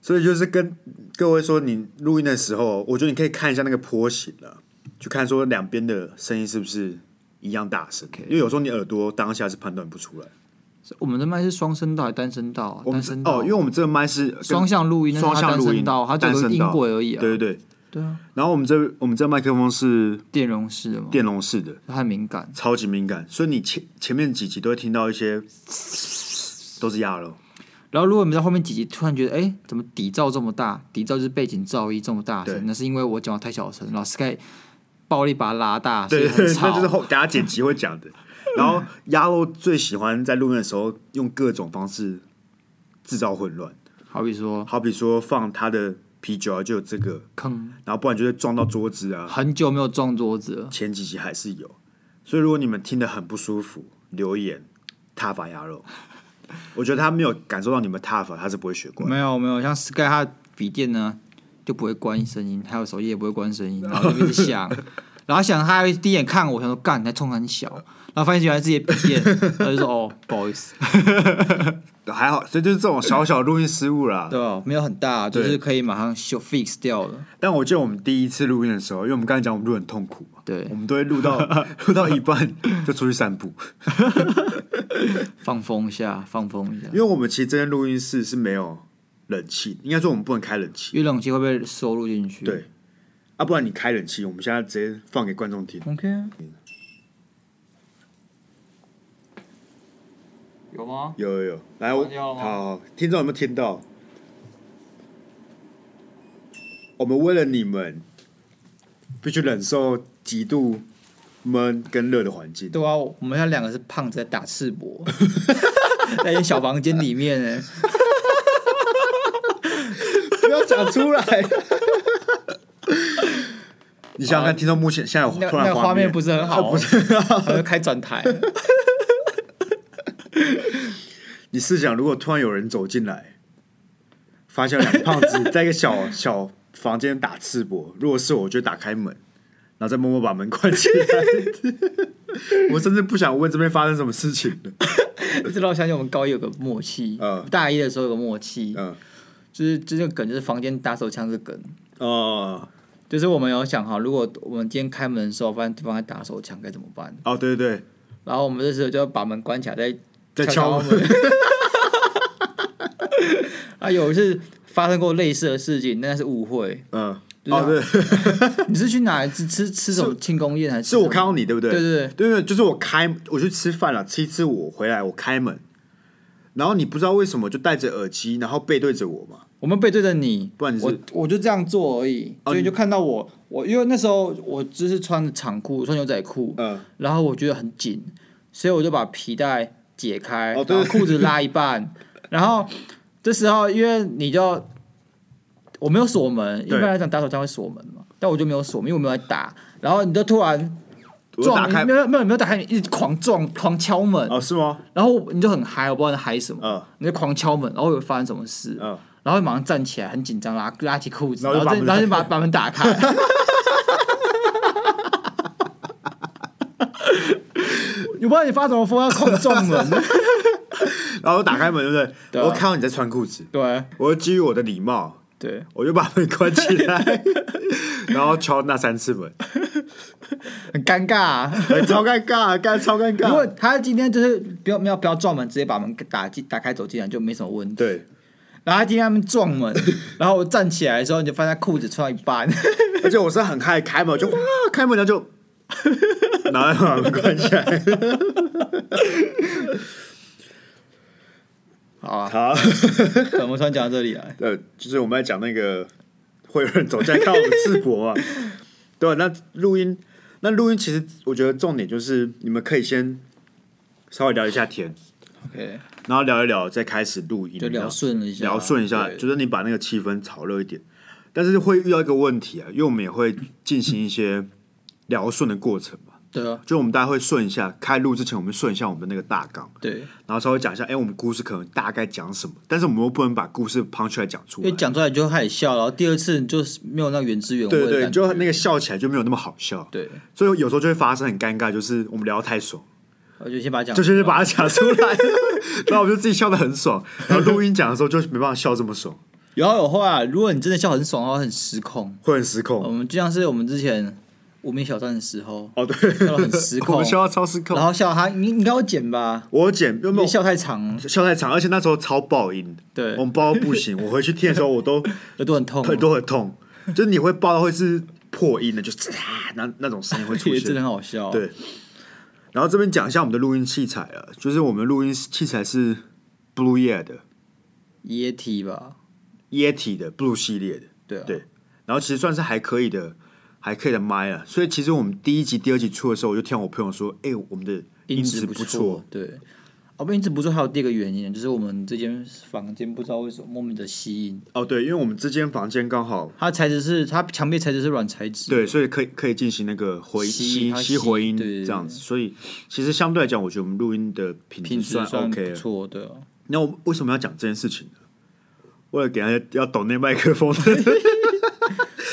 Speaker 1: 所以就是跟各位说，你录音的时候，我觉得你可以看一下那个波形了，去看说两边的声音是不是一样大声。因为有时候你耳朵当下是判断不出来。
Speaker 2: 我们的麦是双声道还是单声道啊？
Speaker 1: 我们
Speaker 2: 单
Speaker 1: 是
Speaker 2: 声道
Speaker 1: 哦，因为我们这个麦是跟
Speaker 2: 双向录音，但是
Speaker 1: 双
Speaker 2: 它
Speaker 1: 向
Speaker 2: 单
Speaker 1: 录
Speaker 2: 声
Speaker 1: 音，
Speaker 2: 道，它只
Speaker 1: 单
Speaker 2: 有
Speaker 1: 声
Speaker 2: 音
Speaker 1: 道
Speaker 2: 轨而已啊。
Speaker 1: 对对对。
Speaker 2: 对啊，
Speaker 1: 然后我们这我们这麦克风是
Speaker 2: 电容式的嘛，
Speaker 1: 电容式的，
Speaker 2: 它很敏感。
Speaker 1: 超级敏感，所以你前前面几集都会听到一些都是压了。
Speaker 2: 然后如果你们在后面几集突然觉得，哎，怎么底噪这么大？底噪就是背景噪音这么大
Speaker 1: 对
Speaker 2: 声，那是因为我讲话太小声，然后 Sky 暴力把它拉大，所以
Speaker 1: 对
Speaker 2: 很
Speaker 1: *laughs* 对，
Speaker 2: 吵。
Speaker 1: 那就是后等下剪辑会讲的。然后鸭肉最喜欢在录音的时候用各种方式制造混乱，
Speaker 2: 好比说，
Speaker 1: 好比说放他的啤酒啊，就有这个，
Speaker 2: 坑
Speaker 1: 然后不然就会撞到桌子啊。
Speaker 2: 很久没有撞桌子了。
Speaker 1: 前几集还是有，所以如果你们听得很不舒服，留言踏伐鸭肉。我觉得他没有感受到你们踏伐，他是不会学过来。
Speaker 2: 没有没有，像 Sky 他的笔电呢就不会关声音，还有手机也不会关声音，然后就一直
Speaker 1: *laughs*
Speaker 2: 响，然后响他还会第一眼看我，想说干，你在冲很小，然后发现原来自己的笔电，他就说哦，不好
Speaker 1: *laughs*
Speaker 2: 意思，
Speaker 1: 还好，所以就是这种小小录音失误啦。
Speaker 2: 对吧？没有很大，就是可以马上修 fix 掉了。
Speaker 1: 但我记得我们第一次录音的时候，因为我们刚才讲我们录很痛苦嘛，
Speaker 2: 对
Speaker 1: 我，们都会录到录到一半就出去散步，
Speaker 2: 放风一下，放风一下
Speaker 1: 因，为我们其实这间录音室是没有冷气，应该说我们不能开冷气
Speaker 2: 因为冷气会被收录进去。
Speaker 1: 对啊，不然你开冷气，我们现在直接放给观众听。
Speaker 2: ，OK 啊。有吗？
Speaker 1: 有有有，来，我
Speaker 2: 关掉了吗
Speaker 1: 好好，听众有没有听到？我们为了你们，必须忍受极度闷跟热的环境。 *laughs*
Speaker 2: 对啊，我们现在两个是胖子在打赤膊， *laughs* 在一间小房间里面呢。
Speaker 1: 不要讲出
Speaker 2: *laughs*
Speaker 1: 来。你想想看，听众目前现在
Speaker 2: 那
Speaker 1: 有突
Speaker 2: 那
Speaker 1: 然
Speaker 2: 个画
Speaker 1: 面
Speaker 2: 面不是很好、哦
Speaker 1: 啊 *laughs* 不是？
Speaker 2: 是开转台，
Speaker 1: 你试想，如果突然有人走进来，发现有两个胖子 *laughs* 在一个小小房间打赤膊，如果是我，我就打开门，然后再默默把门关起来。 *laughs* 我甚至不想问这边发生什么事情了。
Speaker 2: 你知道，我相信我们高一有个默契，
Speaker 1: 嗯
Speaker 2: 大一的时候有个默契，
Speaker 1: 嗯，
Speaker 2: 就是就这个梗，就是房间打手枪这个梗，
Speaker 1: 哦
Speaker 2: 就是我们有想好，如果我们今天开门的时候发现对方在打手枪该怎么办，
Speaker 1: 哦，对对
Speaker 2: 然后我们这时候就要把门关起来，再
Speaker 1: 对，在敲门。
Speaker 2: 门。啊，有一次发生过类似的事情，但是
Speaker 1: *laughs*
Speaker 2: 误会。
Speaker 1: 嗯，
Speaker 2: 啊
Speaker 1: 哦对，
Speaker 2: 你是去哪里吃吃吃什么庆功宴还是
Speaker 1: 是
Speaker 2: 吃什么？
Speaker 1: 我看到你，对不对？
Speaker 2: 对对对，
Speaker 1: 对对，就是我开，我去吃饭了，吃一吃我回来，我开门，然后你不知道为什么就戴着耳机，然后背对着我嘛，
Speaker 2: 我们背对着你，
Speaker 1: 不啊然你是哦
Speaker 2: 我我就这样做而已，所以你就看到我，我因为那时候我就是穿长裤，穿牛仔裤，
Speaker 1: 嗯，
Speaker 2: 然后我觉得很紧，所以我就把皮带解开，
Speaker 1: 哦对 *laughs*
Speaker 2: 然后裤子拉一半，然后这时候因为你就我没有锁门，一
Speaker 1: 对
Speaker 2: 般来讲打手枪会锁门嘛，但我就没有锁门，因为我没有在打。然后你就突然
Speaker 1: 我
Speaker 2: 撞，
Speaker 1: 打开
Speaker 2: 你没有没有没有打开，你一直狂撞狂敲门，
Speaker 1: 哦，是吗？
Speaker 2: 然后你就很嗨，我不知道你嗨什么，
Speaker 1: 嗯
Speaker 2: 你就狂敲门，然后有发生什么事，
Speaker 1: 嗯，
Speaker 2: 然后马上站起来，很紧张，拉拉起裤子，
Speaker 1: 然
Speaker 2: 然
Speaker 1: 后
Speaker 2: 后
Speaker 1: 就
Speaker 2: 再然后就
Speaker 1: 把
Speaker 2: 把把门打开。 *laughs* 我不知道你发什么疯，要狂撞门。 *laughs*
Speaker 1: 然后我打开门，对不
Speaker 2: 对
Speaker 1: *laughs* 对？
Speaker 2: 啊
Speaker 1: 我看到你在穿裤子，
Speaker 2: 对
Speaker 1: 我就基于我的礼貌，
Speaker 2: 对，
Speaker 1: 我就把门关起来， *laughs* 然后敲那三次门，
Speaker 2: 很尴尬、啊。
Speaker 1: 哎 *laughs* 超尴尬，干超尴
Speaker 2: 如果
Speaker 1: 尬。
Speaker 2: 他今天就是不要不要不要撞门，直接把门打进打开走进来就没什么问题。
Speaker 1: 对，
Speaker 2: 然后他今天他们撞门，然后我站起来的时候，你就发现他裤子穿到一半，
Speaker 1: 而且我是很开开门，我就哇，开门然后就， *laughs* 然后把门关起来。 *laughs*
Speaker 2: 好啊，
Speaker 1: 好，
Speaker 2: *laughs* 我们突然讲到这里啊来？
Speaker 1: 呃，就是我们在讲那个会有人走进来看我们赤膊嘛？ *laughs* 对，啊那录音，那录音其实我觉得重点就是你们可以先稍微聊一下天，
Speaker 2: OK，
Speaker 1: 然后聊一聊，再开始录音，
Speaker 2: 就聊顺了一下，
Speaker 1: 聊顺一下，
Speaker 2: 对
Speaker 1: 就是你把那个气氛炒热一点。但是会遇到一个问题啊，因为我们也会进行一些聊顺的过程嘛，
Speaker 2: 对啊，
Speaker 1: 就我们大家会顺一下，开录之前我们顺一下我们的那个大纲，
Speaker 2: 对，
Speaker 1: 然后稍微讲一下，哎、我们故事可能大概讲什么，但是我们又不能把故事 punch 出来讲出
Speaker 2: 因为
Speaker 1: 来，
Speaker 2: 讲出来你就开始笑，然后第二次你就是没有那个原汁原味
Speaker 1: 对
Speaker 2: 的
Speaker 1: 对，
Speaker 2: 感觉，
Speaker 1: 就那个笑起来就没有那么好笑，
Speaker 2: 对，
Speaker 1: 所以有时候就会发生很尴尬，就是我们聊得太爽，
Speaker 2: 我就先把它讲，
Speaker 1: 就是把它讲出
Speaker 2: *laughs*
Speaker 1: 来，然后我们就自己笑得很爽，然后录音讲的时候就没办法笑这么爽，
Speaker 2: 有好有坏啊。如果你真的笑很爽的话，很失控。
Speaker 1: 会很失
Speaker 2: 我
Speaker 1: 控。
Speaker 2: 们就像是我们之前无名小站的时候，
Speaker 1: 哦，对，
Speaker 2: 笑得很失控
Speaker 1: *laughs* 我们笑到超失控
Speaker 2: 然。后笑他，你你给我剪吧，
Speaker 1: 我剪有没
Speaker 2: 别
Speaker 1: 有
Speaker 2: 笑太长了，
Speaker 1: 笑太长，而且那时候超爆音，
Speaker 2: 对
Speaker 1: 我们爆到不
Speaker 2: *laughs*
Speaker 1: 行。我回去听的时候，我都
Speaker 2: 耳朵很痛哦，
Speaker 1: 很多很痛，就是你会爆到会是破音的，就是啊，那那种声音会出
Speaker 2: *laughs* 也真的
Speaker 1: 现。
Speaker 2: 很好笑。
Speaker 1: 对，然后这边讲一下我们的录音器材啊，就是我们录音器材是 Blue Yeti 的
Speaker 2: 液体吧，
Speaker 1: Yeti 的 Blue 系列的，
Speaker 2: 对啊，
Speaker 1: 对然后其实算是还可以的，还可以的麦啊。所以其实我们第一集、第二集出的时候，我就听我朋友说，哎、我们的音质
Speaker 2: 质
Speaker 1: 不
Speaker 2: 错，对。我们音质不错，还有第二个原因，就是我们这间房间不知道为什么莫名的吸引，
Speaker 1: 哦，对，因为我们这间房间刚好
Speaker 2: 它材质是它墙壁材质是软材质，
Speaker 1: 对，所以可以可以进行那个回
Speaker 2: 吸
Speaker 1: 吸吸
Speaker 2: 它吸
Speaker 1: 回音
Speaker 2: 对对对
Speaker 1: 这样子，所以其实相对来讲，我觉得我们录音的品
Speaker 2: 品
Speaker 1: 质
Speaker 2: 质算
Speaker 1: 算 OK
Speaker 2: 不
Speaker 1: 了。
Speaker 2: 错，对啊。
Speaker 1: 那我为什么要讲这件事情呢？为了给大家要懂那麦克风
Speaker 2: *laughs*
Speaker 1: 的，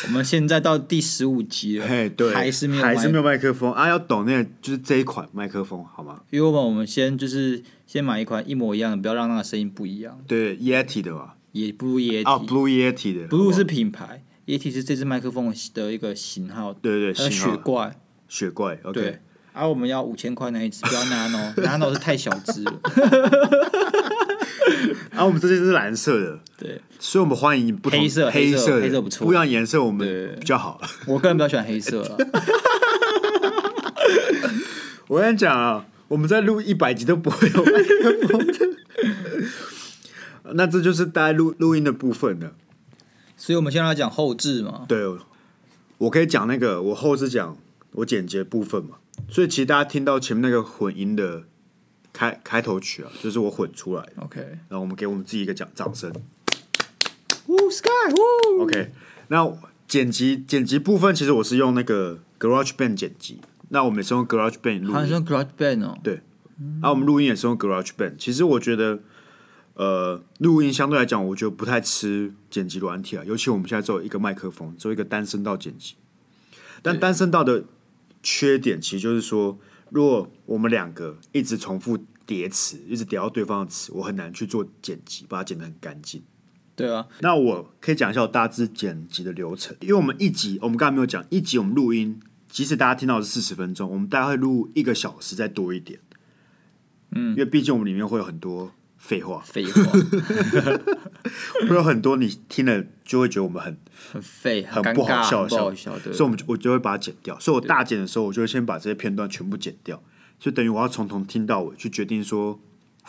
Speaker 2: 我们现在到第十五集了，
Speaker 1: 嘿，哎对，
Speaker 2: 还是没有，
Speaker 1: 还是没
Speaker 2: 有，
Speaker 1: 有麦克风啊，要懂那个就是这一款麦克风好吗？
Speaker 2: 因为我们我们先就是先买一款一模一样的，不要让那个声音不一样，
Speaker 1: 对，Yeti 的吧，
Speaker 2: 也不如液体
Speaker 1: 啊，Blue Yeti 的
Speaker 2: Blue 是
Speaker 1: 好不好
Speaker 2: 品牌，液体是这支麦克风的一个型号，
Speaker 1: 对对
Speaker 2: 它
Speaker 1: 对，
Speaker 2: 是
Speaker 1: 型号
Speaker 2: 雪怪，
Speaker 1: 雪怪，OK，
Speaker 2: 对。啊，我们要五千块那一只，不要 nano，nano 是太小只了。
Speaker 1: 啊，我们这些是蓝色的，
Speaker 2: 对，
Speaker 1: 所以我们欢迎不同
Speaker 2: 黑色黑色
Speaker 1: 色的
Speaker 2: 黑色不错
Speaker 1: 不一样颜色我
Speaker 2: 对
Speaker 1: 们比较好。
Speaker 2: 我个人比较喜欢黑色啊。
Speaker 1: 我跟你讲啊，我们在录一百集都不会有麦克风的。那这就是大家录录音的部分了。
Speaker 2: 所以我们现在要讲后置嘛，
Speaker 1: 对，我可以讲那个，我后置讲我剪辑的部分嘛。所以其实大家听到前面那个混音的开开头曲啊，就是我混出来的。
Speaker 2: OK，
Speaker 1: 然后我们给我们自己一个掌掌声。
Speaker 2: 呜 Sky 呜
Speaker 1: OK，那剪辑剪辑部分，其实我是用那个 Garage Band 剪辑，那我们也是用 Garage Band 录
Speaker 2: 好像
Speaker 1: 音，
Speaker 2: 用 GarageBand 哦，
Speaker 1: 啊，我们录音也是用 Garage Band。其实我觉得，呃，录音相对来讲，我觉得不太吃剪辑软体啊，尤其我们现在只有一个麦克风，只有一个单声道剪辑。但单声道的缺点其实就是说，如果我们两个一直重复叠词，一直叠到对方的词，我很难去做剪辑，把它剪得很干净。
Speaker 2: 对啊，，
Speaker 1: 那我可以讲一下我大致剪辑的流程，因为我们一集我们刚才没有讲，一集我们录音，即使大家听到的是四十分钟，我们大概会录一个小时再多一点。嗯，因为毕竟我们里面会有很多废话
Speaker 2: 废话，
Speaker 1: 会有很多你听了就会觉得我们很
Speaker 2: 很废，
Speaker 1: *laughs*
Speaker 2: 很
Speaker 1: 很
Speaker 2: 尴
Speaker 1: 不
Speaker 2: 尬，
Speaker 1: 好笑的
Speaker 2: 很不
Speaker 1: 笑
Speaker 2: 好
Speaker 1: 话，
Speaker 2: 笑，对
Speaker 1: 所以我们就我就会把它剪掉。所以我大剪的时候，我就会先把这些片段全部剪掉，就等于我要从头听到尾去决定说，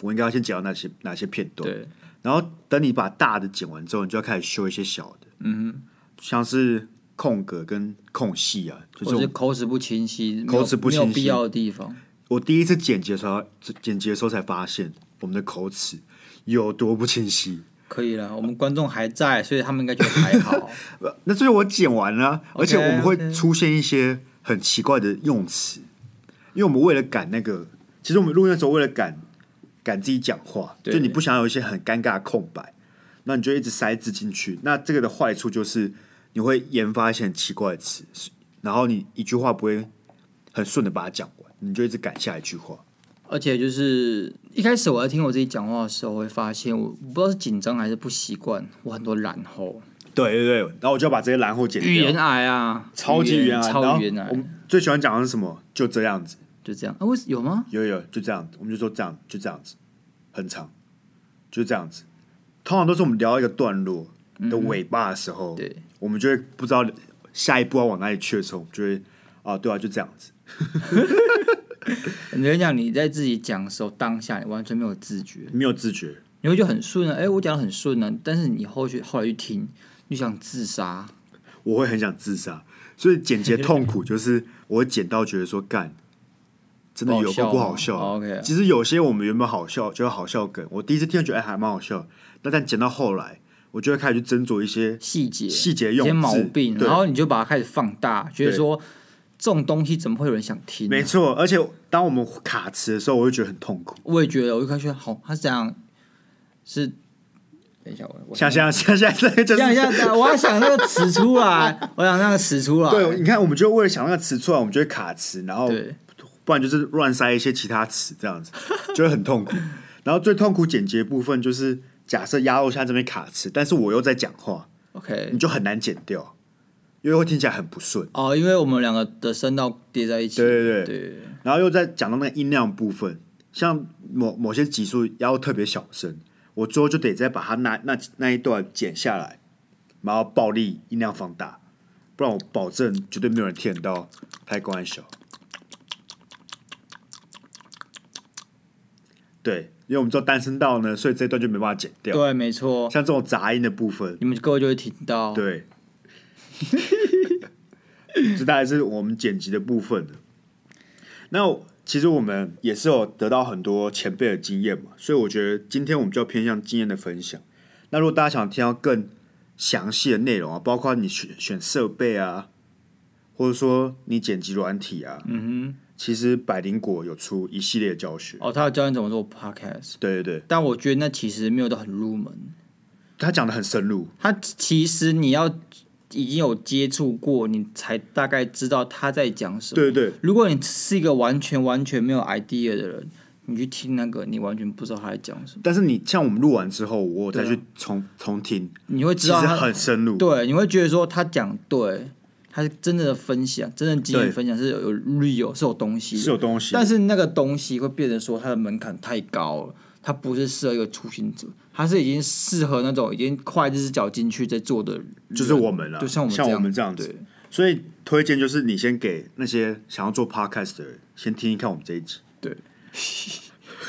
Speaker 1: 我应该要先剪到哪些哪些片段。
Speaker 2: 对，
Speaker 1: 然后等你把大的剪完之后，你就要开始修一些小的，嗯，像是空格跟空隙啊，就
Speaker 2: 或者
Speaker 1: 是
Speaker 2: 是口齿不清晰，没有
Speaker 1: 口齿不清晰
Speaker 2: 没有必要的地方。
Speaker 1: 我第一次剪辑的时候，剪辑的时候才发现，我们的口齿有多不清晰。
Speaker 2: 可以了，我们观众还在，所以他们应该觉得还
Speaker 1: *laughs*
Speaker 2: 好。
Speaker 1: 呃那所以我剪完了啊，而且我们
Speaker 2: OK，OK
Speaker 1: 会出现一些很奇怪的用词，因为我们为了赶那个，其实我们录音的时候为了赶赶自己讲话，
Speaker 2: 对
Speaker 1: 就你不想要有一些很尴尬的空白，那你就一直塞字进去。那这个的坏处就是你会研发一些很奇怪的词，然后你一句话不会很顺的把它讲完，你就一直赶下一句话。
Speaker 2: 而且就是一开始我在听我自己讲话的时候，我会发现我不知道是紧张还是不习惯，我很多然后
Speaker 1: 对对对，然后我就要把这些然后剪
Speaker 2: 语言
Speaker 1: 掉，
Speaker 2: 癌啊，
Speaker 1: 超啊级
Speaker 2: 语
Speaker 1: 原
Speaker 2: 言
Speaker 1: 来，
Speaker 2: 超语
Speaker 1: 然
Speaker 2: 言
Speaker 1: 后
Speaker 2: 癌
Speaker 1: 我，们最喜欢讲的是什么？就这样子。
Speaker 2: 就这样啊？为什有吗？
Speaker 1: 有有，就这样，我们就说这样，就这样子，很长，就这样子。通常都是我们聊到一个段落的尾巴的时候，
Speaker 2: 嗯对，
Speaker 1: 我们就会不知道下一步要往哪里去的时候，我们就会啊，对啊，就这样子。
Speaker 2: 你跟你讲，你在自己讲的时候，当下你完全没有自觉，
Speaker 1: 没有自觉，
Speaker 2: 你会觉得很顺啊，哎、我讲的很顺啊，但是你后续后来去听，你想自杀，
Speaker 1: 我会很想自杀，所以剪辑的痛
Speaker 2: *laughs*
Speaker 1: 苦就是我会剪到觉得说干。真的
Speaker 2: 不好
Speaker 1: 有
Speaker 2: 笑
Speaker 1: 够不
Speaker 2: 吗
Speaker 1: 好笑的。
Speaker 2: 哦，OK
Speaker 1: 其实有些我们原本好笑，觉得好笑梗，我第一次听觉得哎还蛮好笑，那但剪到后来，我就会开始去斟酌一些
Speaker 2: 细节、
Speaker 1: 细节
Speaker 2: 一
Speaker 1: 用
Speaker 2: 些
Speaker 1: 字
Speaker 2: 毛病，
Speaker 1: 对
Speaker 2: 然后你就把它开始放大，觉得
Speaker 1: 对
Speaker 2: 说这种东西怎么会有人想听啊、
Speaker 1: 没错，而且当我们卡词的时候，我会觉得很痛苦。
Speaker 2: 我也觉得，我一开始觉得好，他是这样，是等一下我我
Speaker 1: 像像像像这个就是
Speaker 2: 想一下，等一下我要想那个词出来，我想那个词出来，
Speaker 1: 对，你看，我们就为了想那个词出来，我们就会卡词，然后
Speaker 2: 对
Speaker 1: 不然就是乱塞一些其他词，这样子就会很痛苦。然后最痛苦剪辑的部分就是，假设鸭肉虾这边卡词，但是我又在讲话，
Speaker 2: ，OK
Speaker 1: 你。就很难剪掉，因为会听起来很不顺。
Speaker 2: 哦，因为我们两个的声道叠在一起，
Speaker 1: 对对对
Speaker 2: 对
Speaker 1: 然后又在讲到那个音量部分，像某某些集数要特别小声，我最后就得再把它那那那一段剪下来，然后暴力音量放大，不然我保证绝对没有人听得到开关小。对，因为我们知道单声道呢，所以这段就没办法剪掉。
Speaker 2: 对，啊没错，
Speaker 1: 像这种杂音的部分，
Speaker 2: 你们各位就会听到，
Speaker 1: 对， *laughs* 这大概是我们剪辑的部分的。那我其实我们也是有得到很多前辈的经验嘛，所以我觉得今天我们就偏向经验的分享。那如果大家想听到更详细的内容啊，包括你选选设备啊，或者说你剪辑软体啊，
Speaker 2: 嗯
Speaker 1: 其实百灵果有出一系列的教学
Speaker 2: 哼，。哦，他要教你怎么做 podcast，
Speaker 1: 对对对，
Speaker 2: 但我觉得那其实没有到很入门，
Speaker 1: 他讲的很深入，
Speaker 2: 他其实你要已经有接触过，你才大概知道他在讲什么。
Speaker 1: 对对对，
Speaker 2: 如果你是一个完全完全没有 idea 的人，你去听那个，你完全不知道他在讲什么，
Speaker 1: 但是你像我们录完之后，我有再
Speaker 2: 对啊
Speaker 1: 去重重听，
Speaker 2: 你会
Speaker 1: 其
Speaker 2: 知
Speaker 1: 实
Speaker 2: 道他
Speaker 1: 很深入。
Speaker 2: 对，你会觉得说他讲对，他是真正的分享，真正经验
Speaker 1: 对
Speaker 2: 分享是有有 real 是有东西的，
Speaker 1: 是有东西，
Speaker 2: 但是那个东西会变成说它的门槛太高了，它不是适合一个初心者，它是已经适合那种已经快只脚进去在做的人，
Speaker 1: 就是我们了，啊
Speaker 2: 就像我们啊
Speaker 1: 像
Speaker 2: 这
Speaker 1: 我
Speaker 2: 样
Speaker 1: 们这样子。
Speaker 2: 对，
Speaker 1: 所以推荐就是你先给那些想要做 podcast 的人，先听一看我们这一集，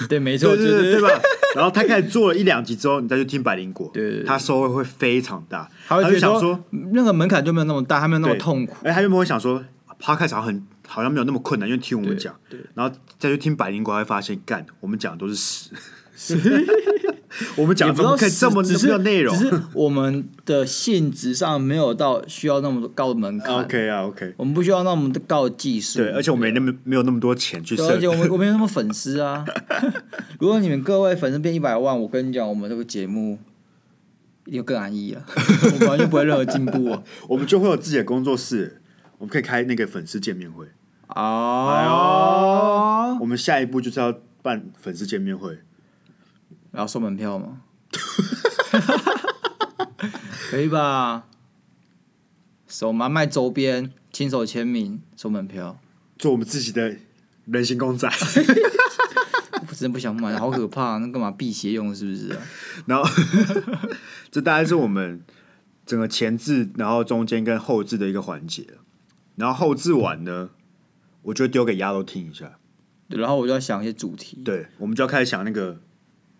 Speaker 2: 对，没错，就
Speaker 1: 对对
Speaker 2: 是
Speaker 1: 对吧？然后他开始做了一两集之后，你再去听百灵果，
Speaker 2: 对对对
Speaker 1: 他收获会非常大。
Speaker 2: 他会
Speaker 1: 他
Speaker 2: 觉
Speaker 1: 就
Speaker 2: 得
Speaker 1: 想
Speaker 2: 说那个门槛就没有那么大，还没有那么
Speaker 1: 对
Speaker 2: 痛苦，
Speaker 1: 哎，他原本会想说 podcast 好像很好像没有那么困难，因为听我们讲，然后再去听百灵果，会发现干我们讲的都是
Speaker 2: *laughs*
Speaker 1: 屎，我们讲
Speaker 2: 也
Speaker 1: 的
Speaker 2: 不
Speaker 1: 怎
Speaker 2: 知道
Speaker 1: 么可以
Speaker 2: 是
Speaker 1: 这么
Speaker 2: 只
Speaker 1: 没
Speaker 2: 是
Speaker 1: 有内容
Speaker 2: 只是我们的性质上没有到需要那么高的门槛。
Speaker 1: ？OK 啊，OK，
Speaker 2: 我们不需要那么高的技术，
Speaker 1: 对，而且我们也那么没有那么多钱去
Speaker 2: 啊对，啊而
Speaker 1: 设
Speaker 2: 且我们我没有那么粉丝啊。 *laughs* 如果你们各位粉丝变一百万，我跟你讲，我们这个节目又更安逸了， *laughs* 我们完全不会任何进步
Speaker 1: *laughs*
Speaker 2: 哦。
Speaker 1: 我们就会有自己的工作室，我们可以开那个粉丝见面会。哎 *laughs*
Speaker 2: 哦，
Speaker 1: 我们下一步就是要办粉丝见面会，
Speaker 2: 然后收门票吗？ *laughs* 可以吧？手嘛卖周边，亲手签名，收门票。
Speaker 1: 做我们自己的人形公仔， *laughs*
Speaker 2: 我真的不想买，好可怕、啊那干嘛辟邪用是不是、啊？
Speaker 1: 然后这大概是我们整个前置，然后中间跟后置的一个环节了然后后置完呢，我就丢给丫头听一下。
Speaker 2: 对然后我就要想一些主题，
Speaker 1: 对，我们就要开始想那个，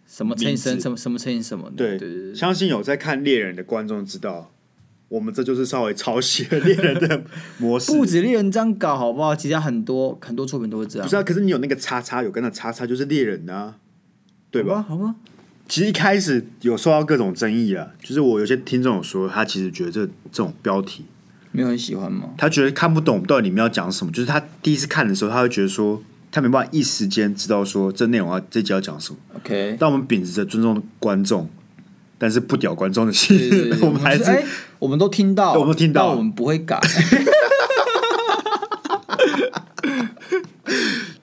Speaker 2: 什么乘以什
Speaker 1: 名
Speaker 2: 么
Speaker 1: 字
Speaker 2: 什么什么乘以什么的，对对对，
Speaker 1: 相信有在看猎人的观众知道，我们这就是稍微 *laughs* 抄袭了猎人的模式。
Speaker 2: 不止猎人这样搞好不好？其实很多很多作品都会这样
Speaker 1: 不是。啊，可是你有那个叉叉，有跟那叉叉就是猎人啊，对
Speaker 2: 好
Speaker 1: 吧？
Speaker 2: 吧，好吧，
Speaker 1: 其实一开始有受到各种争议啊，就是我有些听众有说，他其实觉得这这种标题，
Speaker 2: 没有很喜欢吗？
Speaker 1: 他觉得看不懂到底你们要讲什么，就是他第一次看的时候，他会觉得说，他没办法一时间知道说这内容要啊这集要讲什么。 *laughs*
Speaker 2: OK，
Speaker 1: 但我们秉持着尊重观众，但是不屌观众的心
Speaker 2: 对对，对，，
Speaker 1: *laughs* 我们还
Speaker 2: 哎、
Speaker 1: 是
Speaker 2: 我们都听到，
Speaker 1: 对我们都听到
Speaker 2: 但我们不
Speaker 1: *laughs*
Speaker 2: 会改。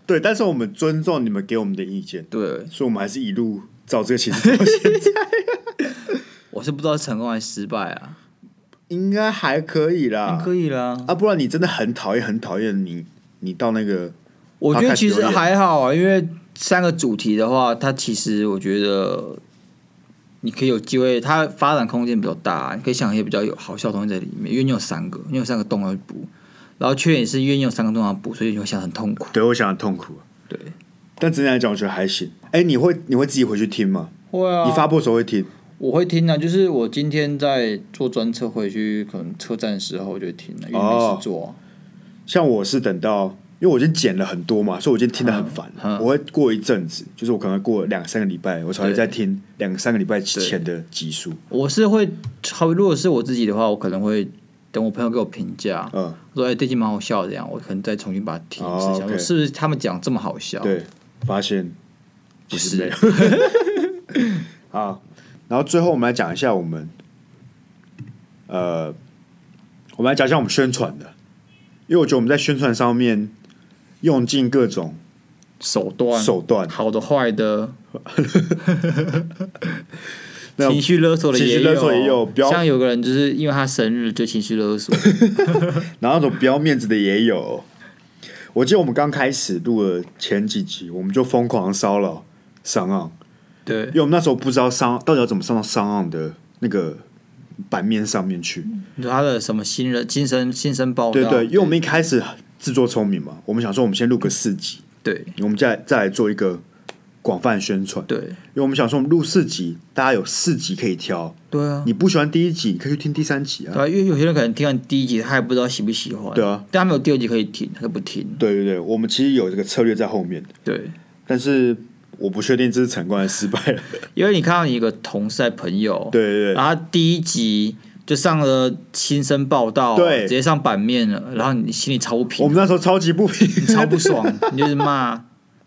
Speaker 1: 对，但是我们尊重你们给我们的意见，
Speaker 2: 对，
Speaker 1: 所以我们还是一路照这个形式到现在，
Speaker 2: 我是不知道成功还是失败啊，
Speaker 1: 应该还可以啦。
Speaker 2: 嗯哎可以啦。
Speaker 1: 啊，不然你真的很讨厌，很讨厌你，你到那个
Speaker 2: 我觉得其实
Speaker 1: Podcast
Speaker 2: 还好啊，因为三个主题的话，它其实我觉得你可以有机会，它发展空间比较大，你可以想一些比较有好笑的东西在里面，因为你有三个，你有三个洞要补，然后缺点是因为你有三个洞要补，所以你会想得很痛苦。
Speaker 1: 对我想很痛苦。
Speaker 2: 对，
Speaker 1: 但整体来讲，我觉得还行。哎、你会你会自己回去听吗？
Speaker 2: 会啊，
Speaker 1: 你发布的时候会听？
Speaker 2: 我会听啊，就是我今天在坐专车回去，可能车站的时候我就会听了，因为没
Speaker 1: 哦
Speaker 2: 事做啊、
Speaker 1: 像我是等到，因为我已经剪了很多嘛，所以我已经听得很烦。
Speaker 2: 嗯嗯
Speaker 1: 我会过一阵子，就是我可能过两三个礼拜，我才会再听两三个礼拜前的集数。
Speaker 2: 我是会，好，如果是我自己的话，我可能会等我朋友给我评价，
Speaker 1: 嗯，
Speaker 2: 说哎这集蛮好笑的，这样我可能再重新把它听一次，
Speaker 1: 哦
Speaker 2: 想说
Speaker 1: OK
Speaker 2: 是不是他们讲这么好笑？，
Speaker 1: 对，发现
Speaker 2: 不
Speaker 1: 其
Speaker 2: 是
Speaker 1: 实没有。好，然后最后我们来讲一下我们，呃，我们来讲一下我们宣传的，因为我觉得我们在宣传上面用尽各种
Speaker 2: 手段、
Speaker 1: 手段，
Speaker 2: 好的、坏的，
Speaker 1: *laughs* 那
Speaker 2: 情绪勒索的
Speaker 1: 情绪
Speaker 2: 也
Speaker 1: 勒索也有不要
Speaker 2: 像有个人就是因为他生日就情绪
Speaker 1: *laughs*
Speaker 2: 勒索，
Speaker 1: 然后那种不要面子的也有。我记得我们刚开始录的前几集，我们就疯狂骚扰商岸，
Speaker 2: 对
Speaker 1: 因，为我们那时候不知道商到底要怎么上到商岸的那个版面上面去。
Speaker 2: 你说他的什么新人、新生、新生报道，
Speaker 1: 对对，因为我们一开始自作聪明嘛，我们想说我们先录个四集，
Speaker 2: 对
Speaker 1: 我们再再来做一个广泛宣传。
Speaker 2: 对
Speaker 1: 因为我们想说我们录四集，大家有四集可以挑，
Speaker 2: 对啊，
Speaker 1: 你不喜欢第一集，你可以去听第三集啊。
Speaker 2: 对啊，因为有些人可能听完第一集，他也不知道喜不喜欢，
Speaker 1: 对啊，
Speaker 2: 但他没有第二集可以听，他就不听，
Speaker 1: 对对对，我们其实有这个策略在后面，
Speaker 2: 对。
Speaker 1: 但是我不确定这是成功还是失败了。
Speaker 2: 因为你看到你一个同事的朋友，
Speaker 1: 对对对
Speaker 2: 然后他第一集就上了新生报道，
Speaker 1: 对
Speaker 2: 直接上版面了，然后你心里超不
Speaker 1: 我
Speaker 2: 平，
Speaker 1: 们那时候超级不平，
Speaker 2: 你 *laughs* 超不爽，你就是骂，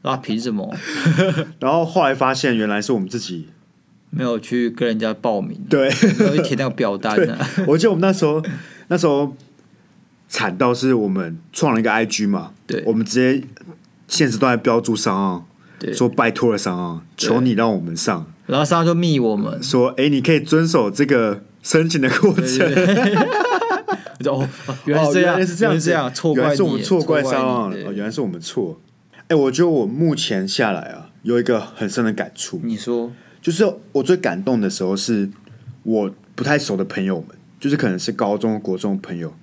Speaker 2: 然后凭什么
Speaker 1: 然后后来发现原来是我们自己。
Speaker 2: 没有去跟人家报名，
Speaker 1: 对，
Speaker 2: *laughs* 没有去填那个表单呢、啊？
Speaker 1: 我记得我们那时候那时候惨到是我们创了一个 IG 嘛，
Speaker 2: 对
Speaker 1: 我们直接现实都在标注上啊，
Speaker 2: 对，
Speaker 1: 说拜托了上啊，求你让我们上，
Speaker 2: 然后上就密我们，
Speaker 1: 说哎、诶你可以遵守这个申请的过程。
Speaker 2: 对对对我就哦，原来
Speaker 1: 哦
Speaker 2: 是这样，
Speaker 1: 原来是这样子，
Speaker 2: 这样，错怪
Speaker 1: 原来
Speaker 2: 你耶，
Speaker 1: 是我们错怪
Speaker 2: 你
Speaker 1: 上岸
Speaker 2: 对
Speaker 1: 了，哦原来是我们错。哎、我觉得我目前下来啊，有一个很深的感触，
Speaker 2: 你说
Speaker 1: 就是我最感动的时候是，我不太熟的朋友们，就是可能是高中、国中的朋友，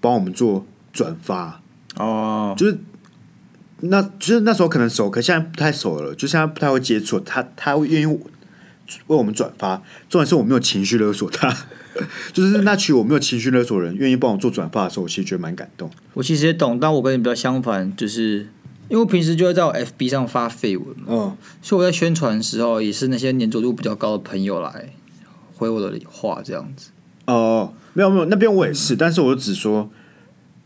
Speaker 1: 帮我们做转发，
Speaker 2: 哦，
Speaker 1: 就是那，就是那时候可能熟，可现在不太熟了，就现在不太会接触他，他会愿意为我们转发。重点是我没有情绪勒索他， *laughs* 就是那群我没有情绪勒索的人愿意帮我做转发的时候，我其实觉得蛮感动。
Speaker 2: 我其实也懂，但我跟你比较相反，就是因为我平时就会在我 FB 上发绯闻嘛，
Speaker 1: 嗯，
Speaker 2: 所以我在宣传的时候也是那些粘着度比较高的朋友来回我的话，这样子。
Speaker 1: 哦，没有没有，那边我也
Speaker 2: 嗯
Speaker 1: 是，但是我只说，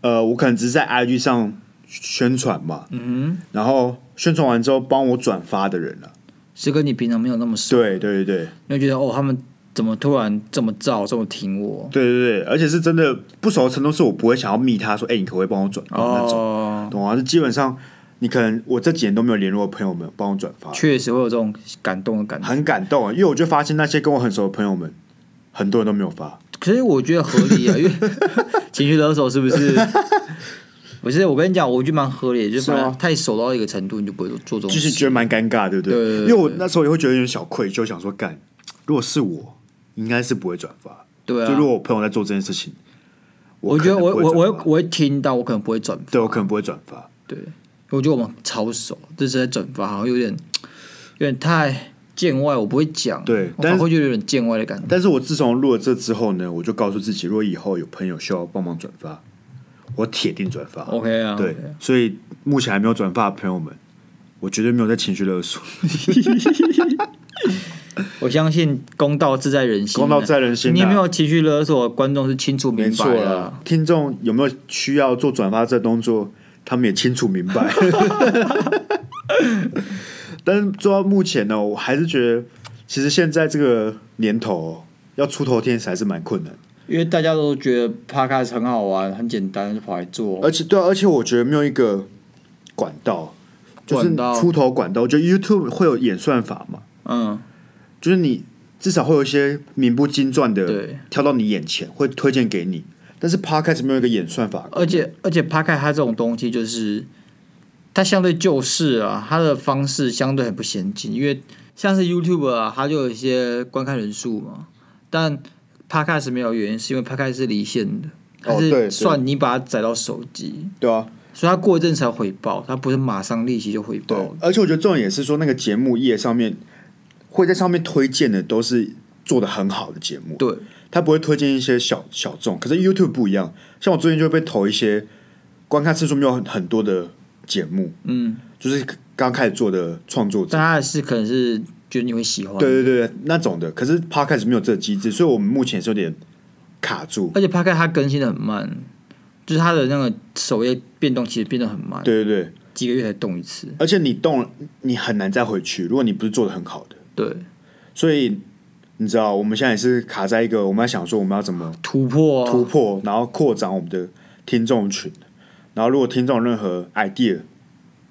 Speaker 1: 呃，我可能只是在 IG 上宣传嘛，
Speaker 2: 嗯，
Speaker 1: 然后宣传完之后帮我转发的人了、啊
Speaker 2: 是跟你平常没有那么熟，
Speaker 1: 对对对对
Speaker 2: 你会觉得哦，他们怎么突然这么燥，这么挺我？
Speaker 1: 对对对，而且是真的不熟的程度是我不会想要密他说，哎、你可不可以帮我转发、那种，
Speaker 2: 哦，
Speaker 1: 懂吗？就基本上你可能我这几年都没有联络的朋友们帮我转发，
Speaker 2: 确实会有这种感动的感觉。
Speaker 1: 很感动啊，因为我就发现那些跟我很熟的朋友们，很多人都没有发，
Speaker 2: *laughs* 可是我觉得合理啊，因为情绪勒索是不是？ *laughs* 不是，我跟你讲，我觉得蛮合理的，就是
Speaker 1: 是吗
Speaker 2: 反正太熟到一个程度，你就不会做这种
Speaker 1: 就
Speaker 2: 事。
Speaker 1: 是觉得蛮尴尬，对不对？
Speaker 2: 对对
Speaker 1: 因
Speaker 2: 对
Speaker 1: 为我那时候也会觉得有点小愧疚，想说干，如果是我，应该是不会转发。
Speaker 2: 对啊，
Speaker 1: 就如果我朋友在做这件事情，
Speaker 2: 我觉得我
Speaker 1: 可能
Speaker 2: 我
Speaker 1: 不会转
Speaker 2: 我会
Speaker 1: 发
Speaker 2: 我会听到，我可能不会转发。
Speaker 1: 对我可能不会转发，
Speaker 2: 对，我觉得我们超熟，这是在转发，好像有点有点太见外，我不会讲。
Speaker 1: 对
Speaker 2: 我
Speaker 1: 但
Speaker 2: 反
Speaker 1: 是
Speaker 2: 而会觉得有点见外的感觉。
Speaker 1: 但是我自从录了这之后呢，我就告诉自己，如果以后有朋友需要帮忙转发，我铁定转发。
Speaker 2: OK 啊， *laughs*
Speaker 1: 对，所以目前还没有转发的朋友们，我绝对没有在情绪勒索，
Speaker 2: 我相信公道自在人心啊，
Speaker 1: 公道在人心啊
Speaker 2: 你有没有情绪勒索，观众是清楚
Speaker 1: 没
Speaker 2: 明
Speaker 1: 错
Speaker 2: 白的
Speaker 1: 啦
Speaker 2: 啊。。
Speaker 1: 听众有没有需要做转发这动作？他们也清楚明白。 *laughs* 但是做到目前呢，我还是觉得，其实现在这个年头哦、要出头天还是蛮困难的。
Speaker 2: 因为大家都觉得 podcast 很好玩，很简单，就跑来做。
Speaker 1: 而且对啊、而且我觉得没有一个管道，就是
Speaker 2: 管道
Speaker 1: 出头管道，就 YouTube 会有演算法嘛，
Speaker 2: 嗯，
Speaker 1: 就是你至少会有一些名不经传的
Speaker 2: 对，
Speaker 1: 跳到你眼前，会推荐给你。但是 Podcast 没有一个演算法，
Speaker 2: 而且而且 podcast 它这种东西就是，它相对旧式啊，它的方式相对很不先进，因为像是 YouTube 啊，它就有一些观看人数嘛，但 podcast 没有原因，是因为 podcast 是离线的，它
Speaker 1: 哦对对
Speaker 2: 是算你把它载到手机，
Speaker 1: 对啊，
Speaker 2: 所以它过一阵才回报，它不是马上立即就回
Speaker 1: 对
Speaker 2: 报。。
Speaker 1: 而且我觉得重点也是说，那个节目页上面会在上面推荐的都是做的很好的节目，
Speaker 2: 对，
Speaker 1: 它不会推荐一些小小众。可是 YouTube 不一样，像我最近就会被投一些观看次数没有很很多的节目，
Speaker 2: 嗯，
Speaker 1: 就是刚开始做的创作者
Speaker 2: 但，它是可能是觉得你会喜欢，
Speaker 1: 对对对，那种的。可是 Podcast 没有这个机制，所以我们目前是有点卡住。
Speaker 2: 而且 podcast 它更新的很慢，就是它的那个首页变动其实变得很慢，
Speaker 1: 对对对，
Speaker 2: 几个月才动一次。
Speaker 1: 而且你动了，你很难再回去。如果你不是做的很好的，
Speaker 2: 对，
Speaker 1: 所以你知道，我们现在也是卡在一个，我们要想说我们要怎么
Speaker 2: 突破、啊、
Speaker 1: 突破，然后扩展我们的听众群。然后，如果听众有任何 idea，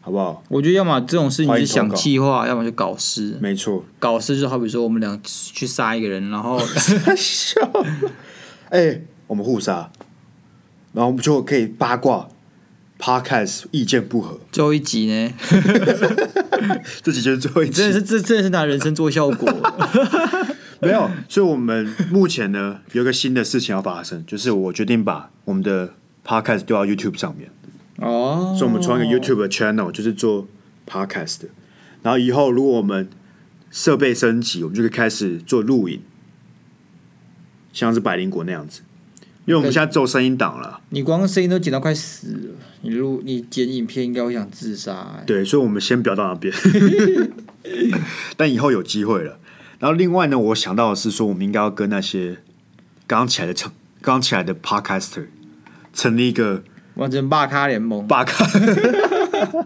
Speaker 1: 好不 *laughs* 好？
Speaker 2: 我觉得要么这种事情
Speaker 1: 欢
Speaker 2: 是
Speaker 1: 迎投稿
Speaker 2: 想计划，要么就搞事。
Speaker 1: 没错， *laughs*
Speaker 2: 搞事就好比说我们俩去杀一个人，然后
Speaker 1: 笑了，哎、我们互杀，然后我们就可以八卦 podcast 意见不合，
Speaker 2: 最后一集呢，
Speaker 1: 这集就是最后一集 *laughs*
Speaker 2: 真的。是这真的是拿人生做效果。
Speaker 1: 没有，所以我们目前呢有一个新的事情要发生，就是我决定把我们的 podcast 丢到 YouTube 上面，
Speaker 2: 哦，
Speaker 1: 所以我们创一个 YouTube 的 channel，就是做 podcast 的。然后以后如果我们设备升级，我们就可以开始做录影，像是百灵果那样子，因为我们现在做声音档了，
Speaker 2: 你光声音都剪到快死了，你录你剪影片应该会想自杀、欸。
Speaker 1: 对，所以我们先不要到那边，但以后有机会了。然后另外呢，我想到的是说，我们应该要跟那些刚起来的唱、刚起来的 podcaster 成立一个
Speaker 2: 完成霸咖联盟、 *laughs*
Speaker 1: 巴卡那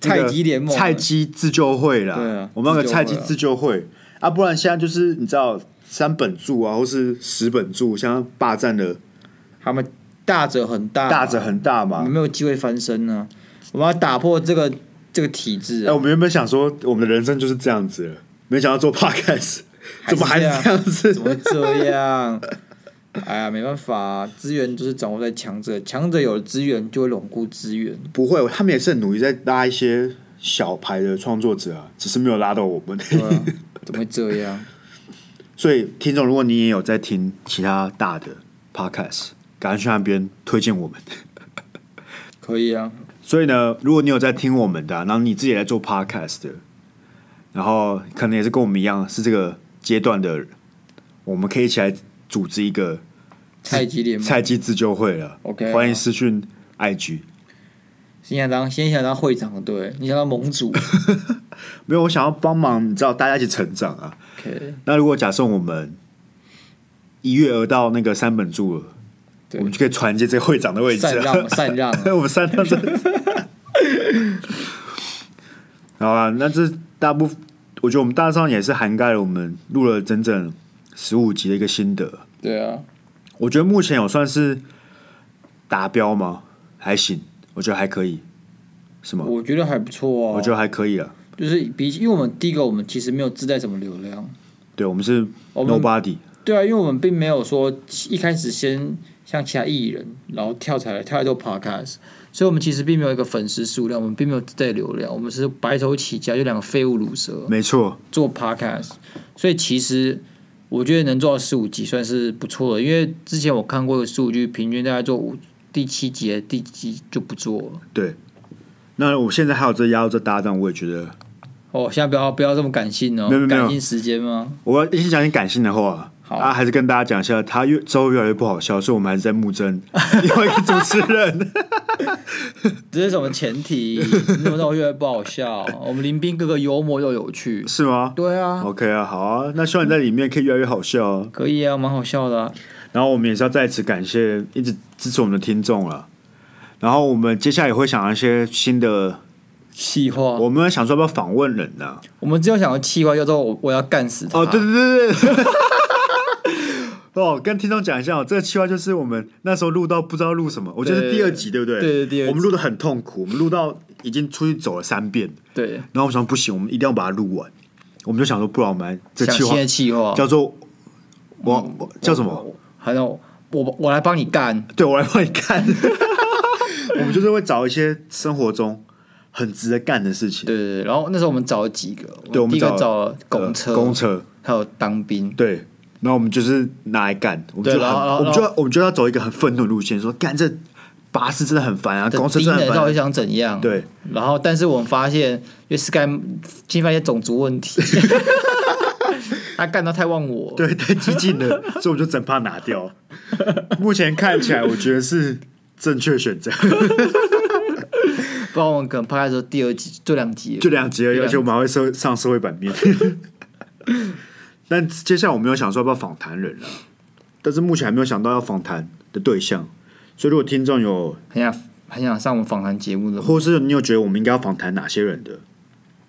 Speaker 2: 菜
Speaker 1: 个
Speaker 2: 鸡联盟、啊
Speaker 1: 菜鸡自救会啦。
Speaker 2: 对啊
Speaker 1: 我们有个
Speaker 2: 自救
Speaker 1: 菜鸡
Speaker 2: 会啊
Speaker 1: 自救会啊，不然现在就是你知道三本柱啊，或是十本柱，现在霸占的
Speaker 2: 他们大者很大，
Speaker 1: 大者很大
Speaker 2: 我
Speaker 1: 嘛
Speaker 2: 们。没有机会翻身呢、我们要打破这个这个体制、
Speaker 1: 哎、
Speaker 2: 啊。
Speaker 1: 我们原本想说我们的人生就是这样子了，没想到做 podcast 怎么还是这样子？
Speaker 2: *laughs* 怎么会这样？哎呀，没办法、资源就是掌握在强者，强者有了资源就会巩固资源。
Speaker 1: 不会，他们也是很努力在拉一些小牌的创作者啊，只是没有拉到我们。
Speaker 2: 对啊，怎么会这样？
Speaker 1: *laughs*
Speaker 2: *laughs*
Speaker 1: 所以，听众，如果你也有在听其他大的 podcast，赶快去那边推荐我们。
Speaker 2: 可以啊，
Speaker 1: 所以呢，如果你有在听我们的啊、然后你自己也在做 podcast 的，然后可能也是跟我们一样是这个阶段的人，我们可以一起来组织一个
Speaker 2: 菜鸡联盟，
Speaker 1: 菜鸡自救会了。
Speaker 2: OK 啊
Speaker 1: 欢迎私讯 IG。
Speaker 2: 先想当先想当会长，对，你想当
Speaker 1: *laughs*
Speaker 2: 盟主
Speaker 1: 没有，我想要帮忙，你知道，大家一起成长啊。
Speaker 2: ，OK，
Speaker 1: 那如果假设我们一跃而到那个三本柱了，
Speaker 2: 对
Speaker 1: 我们就可以传接这个会长的位置啊
Speaker 2: 禅
Speaker 1: 了。
Speaker 2: 让
Speaker 1: *laughs*
Speaker 2: 禅让，
Speaker 1: 我们三张真的是。 *laughs* 好啊，那这大部分，我觉得我们大致上也是涵盖了我们录了整整十五集的一个心得。
Speaker 2: 对啊，
Speaker 1: 我觉得目前有算是达标吗？还行，我觉得还可以，是吗？
Speaker 2: 我觉得还不错啊。
Speaker 1: 我觉得还可以啊。
Speaker 2: 就是比起，因为我们第一个我们其实没有自带什么流量，
Speaker 1: 对，我们是
Speaker 2: 我们
Speaker 1: nobody，
Speaker 2: 对啊，因为我们并没有说一开始先像其他艺人，然后跳起来跳来做 podcast，所以我们其实并没有一个粉丝数量，我们并没有自带流量，我们是白手起家，就两个废物乳蛇
Speaker 1: 没错，
Speaker 2: 做 podcast，所以其实我觉得能做到十五集算是不错的，因为之前我看过的数据，平均大概做五第七集、第几集就不做了。
Speaker 1: 对。那我现在还有这压到这搭档，我也觉得
Speaker 2: 哦，现在不要不要这么感性哦
Speaker 1: 没有没有，没有
Speaker 2: 感性时间吗？
Speaker 1: 我要先讲点感性的话。
Speaker 2: 好
Speaker 1: 啊，还是
Speaker 2: *laughs*
Speaker 1: 跟大家讲一下，他越之后越来越不好笑，所以我们还是在募真另外一个主持人。
Speaker 2: 这是什么前提？ *laughs* 你怎么让我觉得不好笑？我们林斌哥哥幽默又有趣，
Speaker 1: 是吗
Speaker 2: 对啊，
Speaker 1: ？OK 啊，好啊，那希望你在里面可以越来越好笑啊。
Speaker 2: 可以啊，蛮好笑的啊、
Speaker 1: 然后我们也是要再次感谢一直支持我们的听众了。然后我们接下来也会想一些新的，
Speaker 2: 气话，
Speaker 1: 我们想说要不要访问人呢、
Speaker 2: 我们只有想要气话叫做我我要干死他。
Speaker 1: 哦，对对对对 *laughs* 对。哦，跟听众讲一下哦，这个计划就是我们那时候录到不知道录什么，我觉得是第二集对不对？
Speaker 2: 对对第二集
Speaker 1: 我们录的很痛苦，我们录到已经出去走了三遍，
Speaker 2: 对，
Speaker 1: 然后我想不行，我们一定要把它录完，我们就想说，不然我们这
Speaker 2: 想嗯
Speaker 1: 计划
Speaker 2: 新的气话
Speaker 1: 叫做我我叫什么？？
Speaker 2: 还有我我来帮你干，
Speaker 1: 对我来帮你干。 *laughs* 我们就是会找一些生活中很值得干的事情。
Speaker 2: 对对对。然后那时候我们找了几个，
Speaker 1: 嗯对，我们
Speaker 2: 第一个
Speaker 1: 找
Speaker 2: 找了公车，
Speaker 1: 呃公车，
Speaker 2: 还有当兵，
Speaker 1: 对，然后我们就是拿来干，我们就
Speaker 2: 对
Speaker 1: 很，
Speaker 2: 然后然后
Speaker 1: 我们就我们就要走一个很愤怒的路线，说干这巴士真的很烦啊，公车
Speaker 2: 敌
Speaker 1: 真的
Speaker 2: 人
Speaker 1: 很
Speaker 2: 到
Speaker 1: 烦
Speaker 2: 底
Speaker 1: 啊。
Speaker 2: 想怎样？
Speaker 1: 对，
Speaker 2: 然后，但是我们发现，因为 Sky 进发一些种族
Speaker 1: *laughs*
Speaker 2: 问题，他干到太忘我，
Speaker 1: 对， *laughs* 太激进了，所以我们就整趴拿掉。目前看起来，我觉得是正确选择，
Speaker 2: 不然我们可能拍开时候第二集就两集了，
Speaker 1: 就两集而已，
Speaker 2: 对
Speaker 1: 而
Speaker 2: 啊
Speaker 1: 且我们还会社上社会版
Speaker 2: *laughs*
Speaker 1: 面。但接下来我们有想说要不要访谈人了、但是目前还没有想到要访谈的对象，所以如果听众有，
Speaker 2: 很想很想上我们访谈节目的。
Speaker 1: 或是你有觉得我们应该要访谈哪些人的，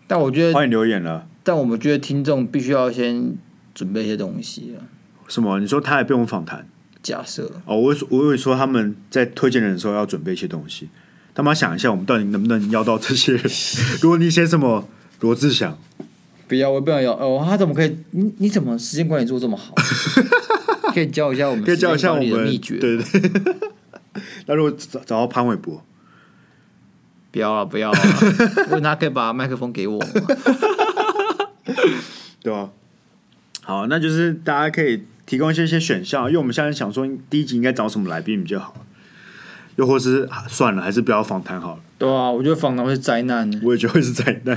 Speaker 2: 但我觉得，
Speaker 1: 欢迎留言了。
Speaker 2: 但我们觉得听众必须要先准备一些东西啊。
Speaker 1: 什么？你说他也被我们访谈？
Speaker 2: 假设
Speaker 1: 哦，我会说我会说他们在推荐人的时候要准备一些东西，他们要想一下我们到底能不能邀到这
Speaker 2: *laughs*
Speaker 1: 些人。如果你写什么罗志祥，
Speaker 2: 不要，我不想要。哦，他怎么可以？你你怎么时间管理做
Speaker 1: *laughs*
Speaker 2: 这么好？可以教一下我们，
Speaker 1: 可以教一下我们
Speaker 2: 秘诀。
Speaker 1: 对对对。 *laughs* 那如果找找到潘玮柏，
Speaker 2: 不要了，不 *laughs* 要了。问他可以把麦克风给我吗？
Speaker 1: 对吧、好，那就是大家可以提供一些一些选项，因为我们现在想说第一集应该找什么来宾比较好，又或是啊算了，还是不要访谈好了，
Speaker 2: 对啊，我觉得访谈会是灾难呢。
Speaker 1: 我也觉得会是灾难。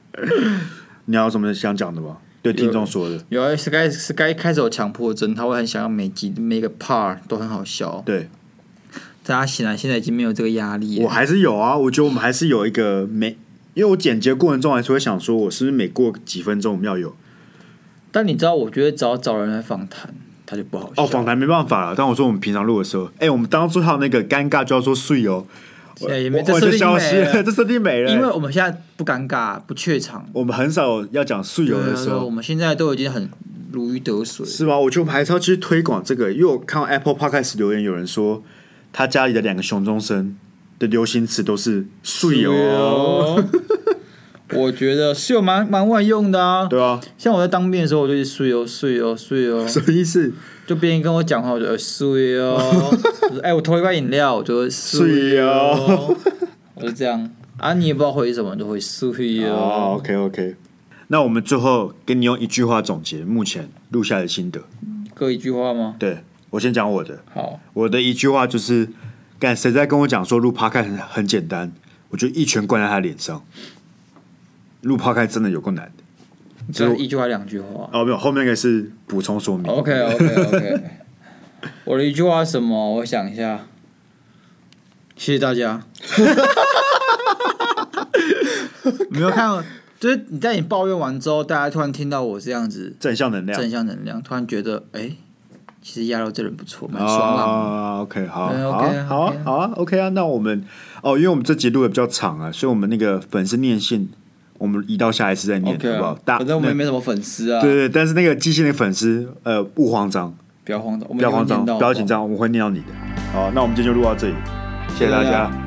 Speaker 1: *laughs* 你还有什么想讲的吗？对听众说的，
Speaker 2: 有啊，Sky Sky 开始有强迫症，他会很想要每集每个 part 都很好笑。
Speaker 1: 对。
Speaker 2: 大家显然现在已经没有这个压力
Speaker 1: 我
Speaker 2: 了。
Speaker 1: 还是有啊，我觉得我们还是有一个每，因为我剪辑的过程中还是会想说，我是不是每过几分钟我们要有
Speaker 2: 但你知道，我觉得只要找人来访谈，他就不好笑。
Speaker 1: 哦，访谈没办法了。但我说我们平常录的时候，哎、我们当初还有那个尴尬就要说睡哦，
Speaker 2: 现在也没
Speaker 1: 我
Speaker 2: 这
Speaker 1: 我
Speaker 2: 设
Speaker 1: 就
Speaker 2: 定
Speaker 1: 消失
Speaker 2: 没
Speaker 1: 了，*laughs*
Speaker 2: 了，
Speaker 1: 这设定没了、
Speaker 2: *laughs* 因为我们现在不尴尬，不怯场。
Speaker 1: 我们很少要讲睡哦的
Speaker 2: 对啊
Speaker 1: 时
Speaker 2: 对啊我
Speaker 1: 候，
Speaker 2: 们现在都已经很如鱼得水。
Speaker 1: 是吗？我觉得我们还是要去推广这个，因为我看到 Apple Podcast 留言有人说，他家里的两个熊中生的流行词都是睡哦，
Speaker 2: *laughs* 我觉得是有蛮蛮万用的啊。
Speaker 1: 对啊，
Speaker 2: 像我在当兵的时候，我就是睡哦睡哦睡哦，
Speaker 1: 什么意思？
Speaker 2: 就别人跟我讲话，我就呃睡 *laughs* 哦。我说哎，我偷一罐饮料，我就会睡
Speaker 1: 睡哦
Speaker 2: 哦。我就这样啊，你也不知道回什么，你就会睡
Speaker 1: 哦
Speaker 2: 哦。
Speaker 1: ，OK OK。那我们最后跟你用一句话总结目前录下来的心得。
Speaker 2: 各一句话吗？
Speaker 1: 对我先讲我的，
Speaker 2: 好，
Speaker 1: 我的一句话就是：干谁在跟我讲说录 p 开很很简单，我就一拳灌在他脸上。录 p 开真的有够难的。
Speaker 2: 就一句话两句话。
Speaker 1: 哦，没有，后面那个是补充说明。
Speaker 2: OK OK *laughs* OK，我的一句话是什么？我想一下。谢谢大家。 *laughs* 没有看，就是你在你抱怨完之后，大家突然听到我这样子
Speaker 1: 正向能量。
Speaker 2: 正向能量，突然觉得哎、其实亚柔这人不错，蛮爽朗的。
Speaker 1: 啊，OK，好，
Speaker 2: 嗯
Speaker 1: 好啊
Speaker 2: OK 啊
Speaker 1: 好啊
Speaker 2: OK 啊
Speaker 1: 好啊，OK 啊，那我们哦，因为我们这集录的比较长啊，所以我们那个粉丝念信，我们移到下一次再念
Speaker 2: OK
Speaker 1: 好不
Speaker 2: 啊
Speaker 1: 好？，大
Speaker 2: 反正我们
Speaker 1: 那
Speaker 2: 也没什么粉丝啊，
Speaker 1: 对对，对但是那个寄信的粉丝，呃，不慌张，
Speaker 2: 不要慌张，我们
Speaker 1: 不要慌张，
Speaker 2: 一定会念到
Speaker 1: 不要紧，张，我们会念到你的。好，那我们今天就录到这里，谢谢大
Speaker 2: 谢谢
Speaker 1: 家
Speaker 2: 大。家